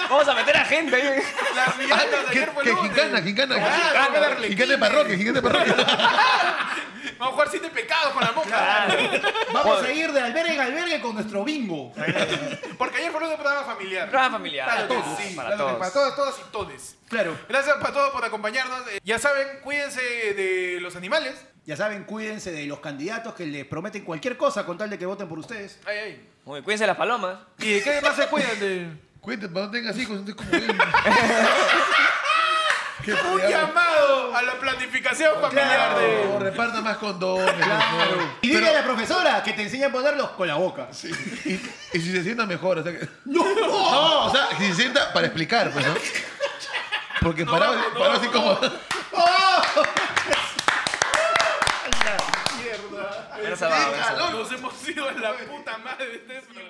[SPEAKER 3] Vamos a meter a gente ahí.
[SPEAKER 1] Las viandas de
[SPEAKER 4] Que
[SPEAKER 1] ayer fue Eh, Ah,
[SPEAKER 4] que
[SPEAKER 1] lunes.
[SPEAKER 4] gincana, gincana.
[SPEAKER 1] Claro,
[SPEAKER 3] Gincana.
[SPEAKER 1] darle
[SPEAKER 4] Gincana de
[SPEAKER 1] quite.
[SPEAKER 4] parroquia, gincana de parroquia.
[SPEAKER 1] Vamos a jugar siete pecados con la monja.
[SPEAKER 2] Vamos a ir de albergue en albergue con nuestro bingo.
[SPEAKER 1] Porque ayer fue lunes programa familiar.
[SPEAKER 3] Programa familiar.
[SPEAKER 1] Para todos.
[SPEAKER 3] Sí,
[SPEAKER 1] sí,
[SPEAKER 3] para
[SPEAKER 1] Para
[SPEAKER 3] todos.
[SPEAKER 1] todas, todas y todes.
[SPEAKER 2] Claro.
[SPEAKER 1] Gracias para todos por acompañarnos. Eh, Ya saben, cuídense de los animales.
[SPEAKER 2] Ya saben, cuídense de los candidatos que les prometen cualquier cosa con tal de que voten por ustedes.
[SPEAKER 1] Ay, ay.
[SPEAKER 3] Uy, cuídense las palomas.
[SPEAKER 1] ¿Y de qué más se cuidan? De...
[SPEAKER 4] Cuéntame, no tengas hijos, no te como bien. Qué
[SPEAKER 1] Un
[SPEAKER 4] fregado.
[SPEAKER 1] llamado a la planificación familiar
[SPEAKER 4] No,
[SPEAKER 1] de...
[SPEAKER 4] Reparta más condones. por favor.
[SPEAKER 2] Y dile a la profesora que te enseña a ponerlos con la boca.
[SPEAKER 4] Sí. Y, y si se sienta mejor, o sea que... ¡No! o sea, si se sienta para explicar, pues, ¿no? Porque parado, parado así como...
[SPEAKER 3] Pero se va, se va.
[SPEAKER 1] Nos hemos ido a la puta madre de este